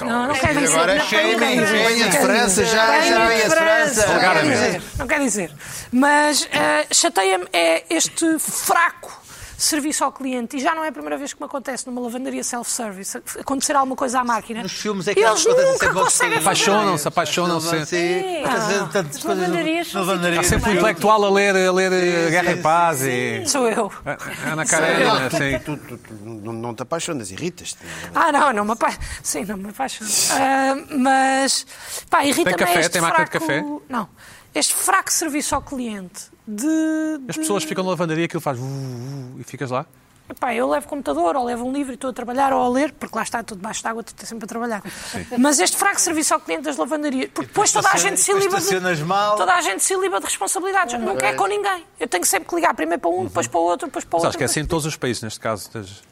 Speaker 5: não, não quero dizer.
Speaker 3: Agora
Speaker 5: não quero
Speaker 3: shaming,
Speaker 5: dizer.
Speaker 3: venha de França, já,
Speaker 5: Venha
Speaker 3: já
Speaker 5: de
Speaker 3: venha de
Speaker 5: França.
Speaker 3: França.
Speaker 5: Não quero
Speaker 1: Alegadamente.
Speaker 5: dizer, Não quero dizer. Mas eh, chateia-me é este fraco serviço ao cliente. E já não é a primeira vez que me acontece numa lavandaria self-service. Acontecer alguma coisa à máquina.
Speaker 4: Nos filmes é que há
Speaker 5: Eles
Speaker 4: coisas
Speaker 5: nunca
Speaker 4: que
Speaker 5: conseguem É. fazer.
Speaker 1: Apaixonam-se, apaixonam-se.
Speaker 4: Sim, fazer tantas
Speaker 2: as
Speaker 4: coisas.
Speaker 2: lavanderias são
Speaker 1: Há sempre um
Speaker 4: Sim.
Speaker 1: intelectual a ler, a ler eh, Guerra e Paz e.
Speaker 5: Sou eu.
Speaker 1: A- Ana Karenina, assim.
Speaker 3: Tu, tu- tu não, não te apaixonas, irritas-te.
Speaker 5: Ah, não, não me apaixono. Sim, não me apaixono. Ah, mas, pá, irrita-me
Speaker 1: Tem café?
Speaker 5: este
Speaker 1: Tem máquina
Speaker 5: fraco...
Speaker 1: de café?
Speaker 5: Não. Este fraco serviço ao cliente de...
Speaker 1: As
Speaker 5: de-
Speaker 1: pessoas ficam na lavandaria, aquilo faz. vu, vu, e ficas lá.
Speaker 5: Pá, eu levo computador, ou levo um livro e estou a trabalhar, ou a ler, porque lá está, estou debaixo de água, estou sempre a trabalhar. Mas este fraco serviço ao cliente das lavandarias, porque depois toda a
Speaker 4: estaciona-
Speaker 5: gente se livra
Speaker 4: estacionas
Speaker 5: de...
Speaker 4: mal. É.
Speaker 5: Toda a gente se livra de responsabilidades. não quer com ninguém. Eu tenho sempre que ligar primeiro
Speaker 4: Uhum.
Speaker 5: para um, depois para o outro, depois para o outro.
Speaker 1: Acho que é assim em todos os países, neste caso das,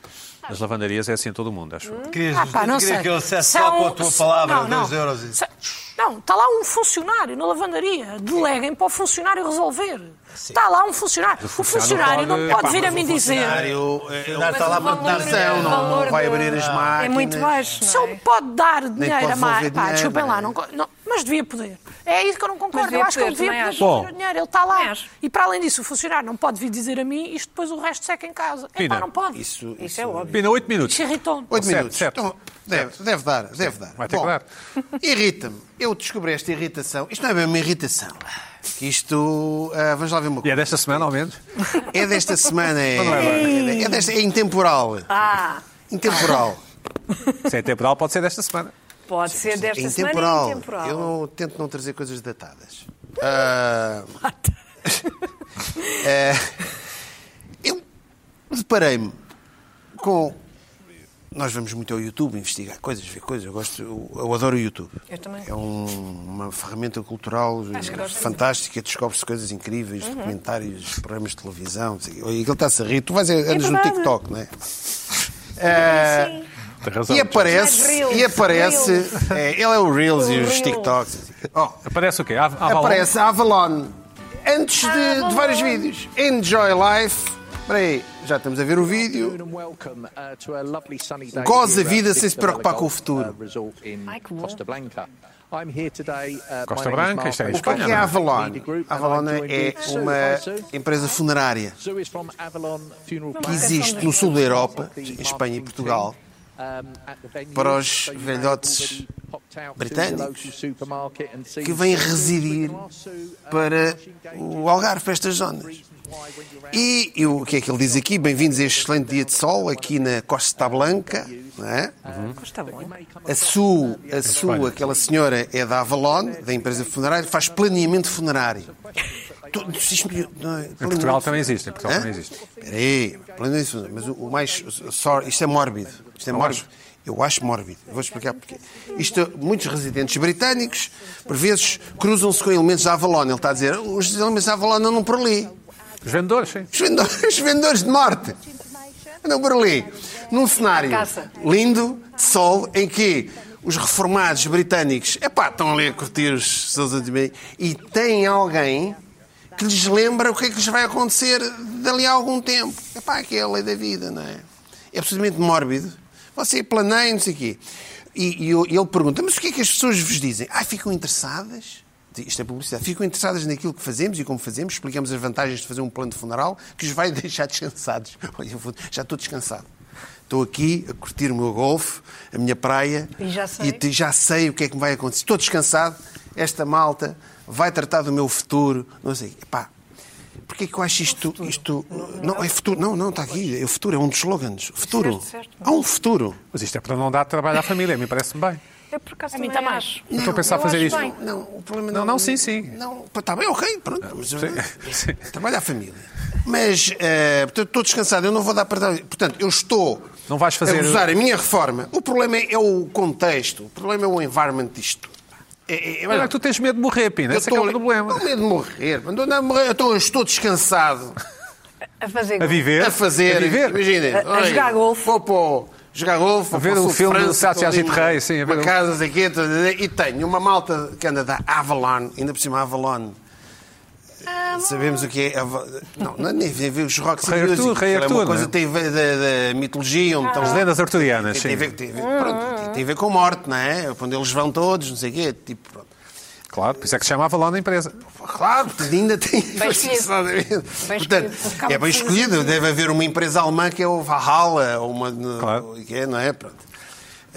Speaker 1: das lavandarias, é assim em todo o mundo, acho.
Speaker 4: Querias,
Speaker 5: Ah, pá, não
Speaker 4: queria
Speaker 5: sei.
Speaker 4: que eu dissesse
Speaker 5: Se
Speaker 4: só
Speaker 5: há
Speaker 4: com a
Speaker 5: um-
Speaker 4: tua
Speaker 5: se-
Speaker 4: palavra,
Speaker 5: não, não.
Speaker 4: 2 euros. e-
Speaker 5: Se- Não, está lá um funcionário na lavandaria. Deleguem para o funcionário resolver. Está lá um funcionário. O
Speaker 1: funcionário
Speaker 5: funcionário não
Speaker 1: pode-
Speaker 5: pode,
Speaker 1: Epá,
Speaker 5: vir a
Speaker 1: mas
Speaker 5: mim dizer.
Speaker 4: Não, está lá para te dar
Speaker 3: Não, não, não vai abrir as máquinas.
Speaker 2: É muito baixo, não
Speaker 5: Só
Speaker 2: é?
Speaker 5: me pode dar dinheiro
Speaker 3: pode
Speaker 5: a mais.
Speaker 3: devolver
Speaker 5: Pá,
Speaker 3: dinheiro,
Speaker 5: desculpem lá,
Speaker 3: não
Speaker 5: não,
Speaker 3: é?
Speaker 5: co- não- mas devia poder. É isso que eu não
Speaker 2: Mas
Speaker 5: concordo. Eu
Speaker 2: devia
Speaker 5: acho que ele
Speaker 2: poder,
Speaker 5: devia
Speaker 2: também
Speaker 5: poder
Speaker 2: acho.
Speaker 5: devolver
Speaker 1: Bom.
Speaker 5: o dinheiro. Ele está
Speaker 2: Também
Speaker 5: lá.
Speaker 2: acho.
Speaker 5: E para além disso, o funcionário não pode vir dizer a mim isto depois o resto seca em casa.
Speaker 1: Pina.
Speaker 5: Epá, não pode. Isso,
Speaker 3: Isso,
Speaker 2: Isso é óbvio.
Speaker 1: Pina, 8 minutos.
Speaker 5: irritou-me.
Speaker 3: Oito
Speaker 1: Certo,
Speaker 3: minutos.
Speaker 1: certo.
Speaker 3: Então, deve, deve dar, deve dar.
Speaker 1: Vai ter
Speaker 3: Bom,
Speaker 1: que dar.
Speaker 3: Irrita-me. Eu descobri esta irritação. Isto não é bem uma irritação. Que isto. ah, vamos lá ver uma
Speaker 1: E
Speaker 3: coisa.
Speaker 1: é desta semana, ao menos.
Speaker 3: É desta semana. É,
Speaker 1: não é
Speaker 3: é, desta- é intemporal.
Speaker 2: Ah,
Speaker 3: Intemporal.
Speaker 1: Se é temporal, pode ser desta semana.
Speaker 2: pode ser
Speaker 3: É
Speaker 2: desta semana
Speaker 3: intemporal.
Speaker 2: e intemporal.
Speaker 3: Eu não- tento não trazer coisas datadas. Ah, <laughs> é, eu deparei-me com. Nós vamos muito ao YouTube investigar coisas, ver coisas. Eu gosto, eu, eu adoro o YouTube.
Speaker 2: Eu também.
Speaker 3: É um- uma ferramenta cultural fantástica. Descobre-se coisas incríveis,
Speaker 2: Uhum.
Speaker 3: documentários, programas de televisão. não sei o quê. E ele está-se a rir. Tu vais, andas no
Speaker 2: verdade.
Speaker 3: TikTok, não é?
Speaker 2: Sim.
Speaker 1: Tem razão.
Speaker 3: E aparece,
Speaker 2: Mais Reels,
Speaker 3: e aparece
Speaker 2: Reels.
Speaker 3: é, ele é o Reels
Speaker 2: O
Speaker 3: e os
Speaker 2: Reels.
Speaker 3: TikToks. Oh,
Speaker 1: Aparece o quê? Av- Avalon?
Speaker 3: aparece a Avalon antes de, de vários vídeos. Enjoy Life. Espera aí, já estamos a ver o vídeo.
Speaker 6: uh, Goza a vida sem se preocupar com o futuro.
Speaker 2: Ai, que bom.
Speaker 6: uh, Costa Blanca, uh,
Speaker 1: Costa Blanca, isto é em
Speaker 3: O que é
Speaker 1: Espanha,
Speaker 3: que é a Avalon? A Avalon é uma empresa funerária que existe no sul da Europa, em Espanha e Portugal,
Speaker 6: um, para os velhotes britânicos
Speaker 3: que vem residir
Speaker 6: uh,
Speaker 3: para o Algarve, para estas zonas. E, e o que é que ele diz aqui? Bem-vindos a este excelente dia de sol aqui na Costa Blanca, não é?
Speaker 2: Está bom.
Speaker 3: A Su, a Su, aquela senhora é da Avalon, da empresa funerária, faz planeamento funerário. tu- tu- isto- não, é-
Speaker 1: Em Portugal também existe, em Portugal
Speaker 3: Hã?
Speaker 1: também existe.
Speaker 3: Espera aí, plano isso, mas o, o mais. Só, isto é mórbido. Isto é mórbido. Eu acho mórbido. Vou explicar porquê. Isto, muitos residentes britânicos, por vezes, cruzam-se com elementos da Avalon. Ele está a dizer: os elementos da Avalon andam por ali.
Speaker 1: Os vendedores, sim.
Speaker 3: Os vendedores, <laughs> os vendedores de morte. Andam por ali. Num cenário
Speaker 2: Caça.
Speaker 3: lindo, de sol, em que os reformados britânicos epá, estão ali a curtir os seus admiradores e tem alguém que lhes lembra o que é que lhes vai acontecer dali a algum tempo. Epá, que é a lei da vida, não é? É absolutamente mórbido. Você planeia, não sei o quê. E, e eu- e ele pergunta, mas o que é que as pessoas vos dizem? Ah, ficam interessadas? Isto é publicidade. Ficam interessadas naquilo que fazemos e como fazemos. Explicamos as vantagens de fazer um plano de funeral que os vai <laughs> deixar descansados. Olha, eu vou- já estou descansado. Estou aqui a curtir o meu golfe, a minha praia.
Speaker 2: E já sei.
Speaker 3: te- já sei o que é que me vai acontecer. Estou descansado, esta malta vai tratar do meu futuro. Não sei. Epá, porque é que eu acho isto. isto não, é futuro. Não, não, está aqui. É o futuro, é um dos slogans. Futuro.
Speaker 2: Certo, certo.
Speaker 3: Há um futuro.
Speaker 1: Mas isto é para não dar trabalho à família, a mim parece-me bem.
Speaker 2: É por acaso
Speaker 5: A mim tá
Speaker 2: também
Speaker 5: também.
Speaker 2: acho.
Speaker 1: Eu estou a pensar
Speaker 2: eu
Speaker 1: fazer
Speaker 2: acho
Speaker 1: isto.
Speaker 2: bem.
Speaker 3: Não, o problema
Speaker 1: Não, não, sim, sim.
Speaker 3: Não, está bem, ok, pronto. Mas, eu-
Speaker 1: sim,
Speaker 3: <laughs>
Speaker 1: sim.
Speaker 3: Trabalho à família. Mas, eh, portanto, estou descansado, eu não vou dar para. Portanto, eu estou
Speaker 1: Não vais fazer-
Speaker 3: a usar a minha reforma. O problema é o contexto, o problema é o environment disto. É, é, é-
Speaker 1: Olha, que tu tens medo de morrer, Pina. Esse é que é o
Speaker 3: ali-
Speaker 1: problema.
Speaker 3: Não medo de morrer. mas não- não é morrer, eu estou- eu estou descansado
Speaker 2: A fazer.
Speaker 1: A viver.
Speaker 3: a fazer.
Speaker 1: É? A viver.
Speaker 3: Imagina.
Speaker 2: A- a jogar golfe.
Speaker 3: Vou para o- jogar golfe. vou
Speaker 1: ver
Speaker 3: para
Speaker 1: um
Speaker 3: o sul de
Speaker 1: filme do
Speaker 3: França,
Speaker 1: Sátio
Speaker 3: estou ali
Speaker 1: Agito Rei, sim, a ver
Speaker 3: Uma
Speaker 1: um-
Speaker 3: casa daqui, tá, tá, tá, e tenho uma malta que anda da Avalon, ainda por cima Avalon. Sabemos o que é. Ava- Não, não é nem ver ver os Rock
Speaker 1: Rei
Speaker 3: Music,
Speaker 1: Arthur, Rei
Speaker 3: que é
Speaker 1: Arthur,
Speaker 3: uma coisa
Speaker 1: não é?
Speaker 3: que tem a ver da, da mitologia, onde estão
Speaker 1: As lendas arturianas,
Speaker 3: tem, tem, a
Speaker 1: sim.
Speaker 3: ver, tem, a ver, pronto, tem- tem a ver com morte, não é? Quando eles vão todos, não sei o quê. Tipo, pronto.
Speaker 1: Claro, por isso é que se chamava lá na empresa.
Speaker 3: Claro, portanto, ainda tem.
Speaker 2: Bem escolhido. Bem escolhido. Acaba
Speaker 3: Portanto, é bem
Speaker 2: por ser assim.
Speaker 3: escolhido. Deve haver uma empresa alemã que é o Valhalla, ou uma.
Speaker 1: Claro.
Speaker 3: que é, não é? Pronto.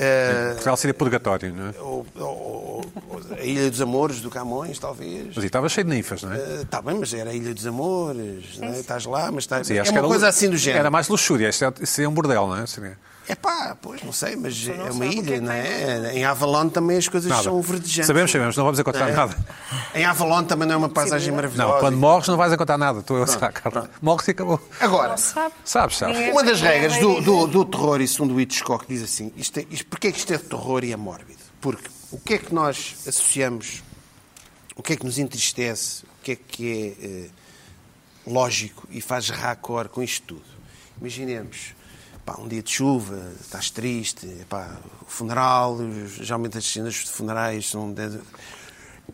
Speaker 3: Eh,
Speaker 1: Portugal seria purgatório, não é?
Speaker 3: ou, ou- ou a Ilha dos Amores do Camões, talvez.
Speaker 1: Mas aí estava cheio de ninfas, não é?
Speaker 3: Está bem, mas era a Ilha dos Amores, não é? estás lá, mas estás.
Speaker 1: Sim,
Speaker 3: é
Speaker 1: acho que
Speaker 3: uma
Speaker 1: era- um
Speaker 3: coisa assim do género.
Speaker 1: Era mais luxúria, isto é- seria um bordel, não é? Seria-
Speaker 3: É pá, pois, não sei, mas é uma
Speaker 2: sabe o que é
Speaker 3: ilha,
Speaker 2: que
Speaker 3: não é? Em Avalon também as coisas
Speaker 1: Nada.
Speaker 3: são verdejantes.
Speaker 1: Sabemos, sabemos, não vamos encontrar
Speaker 3: É.
Speaker 1: nada.
Speaker 3: Em Avalon também não é uma paisagem maravilhosa.
Speaker 1: Não, quando morres não vais encontrar nada. Estou eu a sacar. Morres e acabou.
Speaker 3: Agora,
Speaker 2: Sabe?
Speaker 1: Sabes, sabes.
Speaker 2: Ninguém-
Speaker 3: Uma das regras do, do, do terror, e segundo o Hitchcock, diz assim: isto é, isto, porque é que isto é terror e é mórbido? Porque o que é que nós associamos, o que é que nos entristece, o que é que é eh, lógico e faz racor com isto tudo? Imaginemos. pá, um dia de chuva, estás triste, pá, o funeral, os- geralmente as cenas de funerais são. de-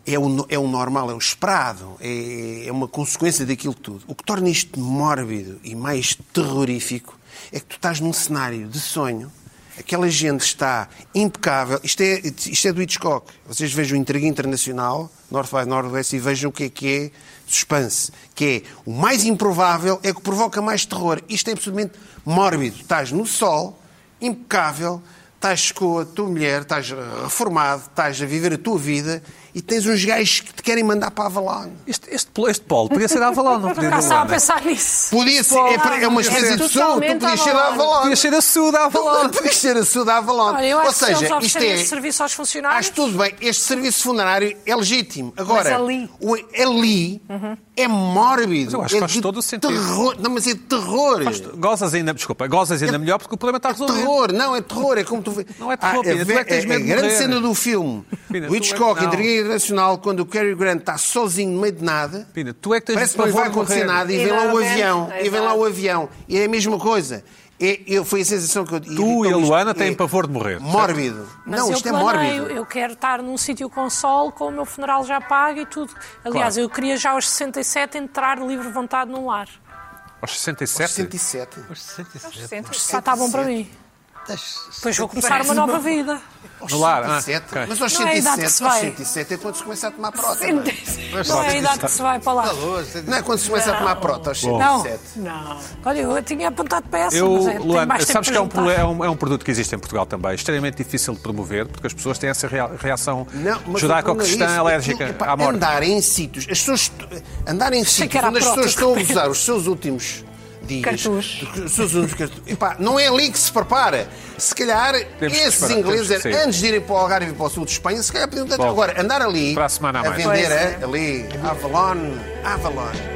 Speaker 3: É o, no- é o normal, é o esperado, é, é uma consequência daquilo tudo. O que torna isto mórbido e mais terrorífico é que tu estás num cenário de sonho, aquela gente está impecável. Isto é, isto é do Hitchcock. Vocês vejam o Intrigue Internacional, North by Northwest, e vejam o que é que é suspense. Que é o mais improvável é o que provoca mais terror. Isto é absolutamente mórbido. Estás no sol, impecável, estás com a tua mulher, estás eh, reformado, estás a viver a tua vida e tens uns gajos que te querem mandar para Avalon.
Speaker 1: Este, este, polo- este polo podia ser Avalon, não podia
Speaker 5: Já
Speaker 1: ser lá,
Speaker 5: estava a
Speaker 1: não é?
Speaker 5: pensar nisso.
Speaker 3: Podia ser, é, pra- é uma espécie de som, tu
Speaker 2: Totalmente
Speaker 3: podias ser da
Speaker 2: Avalon.
Speaker 3: Avalon.
Speaker 1: Podia
Speaker 3: <laughs>
Speaker 1: ser a Suda, Avalon.
Speaker 3: Podias ser a Suda Avalon.
Speaker 5: Olha, eu acho
Speaker 3: Ou
Speaker 5: que se eles
Speaker 3: seja, isto
Speaker 5: oferecerem esse
Speaker 3: é.
Speaker 5: serviço aos funcionários,
Speaker 3: Acho tudo bem, este serviço funerário é legítimo. Agora,
Speaker 2: Mas ali-
Speaker 3: o- ali é mórbido.
Speaker 1: Mas eu acho que
Speaker 3: é
Speaker 1: faz
Speaker 3: de
Speaker 1: todo o sentido.
Speaker 3: terror- não, mas é de terror.
Speaker 1: Gozas ainda, desculpa, gozas ainda melhor porque o problema está resolvido.
Speaker 3: terror, não, é terror, é como tu vês.
Speaker 1: Não é terror, Pina, tu é que tens medo
Speaker 3: a
Speaker 1: de
Speaker 3: grande
Speaker 1: morrer.
Speaker 3: cena do filme.
Speaker 1: Pina,
Speaker 3: o
Speaker 1: tu é
Speaker 3: Hitchcock,
Speaker 1: que não.
Speaker 3: Intrigue Internacional, quando o Cary Grant está sozinho no meio de nada,
Speaker 1: Pina, tu é que tens
Speaker 3: parece
Speaker 1: de
Speaker 3: que não lhe vai
Speaker 1: pavor de
Speaker 3: acontecer
Speaker 1: morrer.
Speaker 3: nada e
Speaker 2: E
Speaker 3: vem lá o
Speaker 2: normalmente,
Speaker 3: avião. E vem lá
Speaker 2: exato.
Speaker 3: o avião. E é a mesma coisa. É, eu, foi a sensação que eu Tu
Speaker 1: e a Luana têm pavor de morrer, certo?
Speaker 3: Mórbido.
Speaker 5: Mas
Speaker 3: não,
Speaker 5: eu
Speaker 3: isto é
Speaker 5: planeio,
Speaker 3: mórbido.
Speaker 5: eu quero estar num sítio com sol, com o meu funeral já pago e tudo. Aliás,
Speaker 1: Claro.
Speaker 5: eu queria já aos 67 entrar de livre vontade num lar.
Speaker 1: Aos 67?
Speaker 3: 67.
Speaker 4: Aos 67.
Speaker 3: Então
Speaker 5: Já está bom para mim. Depois vou começar uma nova vida.
Speaker 3: Aos
Speaker 1: No lar, ah,
Speaker 3: 67.
Speaker 1: ok.
Speaker 3: Mas aos
Speaker 5: Não é a idade
Speaker 3: 67,
Speaker 5: que se
Speaker 3: aos
Speaker 5: vai.
Speaker 3: 67 é quando se começa a tomar prota. mano.
Speaker 5: Não é a idade que se vai para lá.
Speaker 3: Não é quando se começa a tomar prota aos
Speaker 5: Não.
Speaker 3: 67.
Speaker 2: Não.
Speaker 5: Olha, eu tinha apontado para essa,
Speaker 1: Eu,
Speaker 5: mas é, tenho
Speaker 1: Luana,
Speaker 5: mais tempo
Speaker 1: sabes
Speaker 5: para
Speaker 1: que é um,
Speaker 5: juntar.
Speaker 1: prole- é, um, é um produto que existe em Portugal também, extremamente difícil de promover, porque as pessoas têm essa rea- reação
Speaker 3: Não, mas o problema é
Speaker 1: judaico-cristã
Speaker 3: isso.
Speaker 1: alérgica
Speaker 3: Aquilo, epá,
Speaker 1: à morte.
Speaker 3: Andar em sítios, as pessoas, andar em
Speaker 5: que
Speaker 3: sítios
Speaker 5: era
Speaker 3: onde as
Speaker 5: a
Speaker 3: pessoas
Speaker 5: prótese,
Speaker 3: estão a usar os seus últimos dias.
Speaker 2: Cartucho.
Speaker 3: Suzunos, cartucho. Epá, não é ali que se prepara. Se calhar,
Speaker 1: Temos que
Speaker 3: esses
Speaker 1: esperar, temos
Speaker 3: ingleses,
Speaker 1: que sair.
Speaker 3: antes de irem para o Algarve e para o sul de Espanha, se calhar podiam tanto.
Speaker 1: Bom,
Speaker 3: Agora, andar ali,
Speaker 1: para a semana a mais.
Speaker 3: vender
Speaker 2: Pois é.
Speaker 3: a- ali, Avalon, Avalon.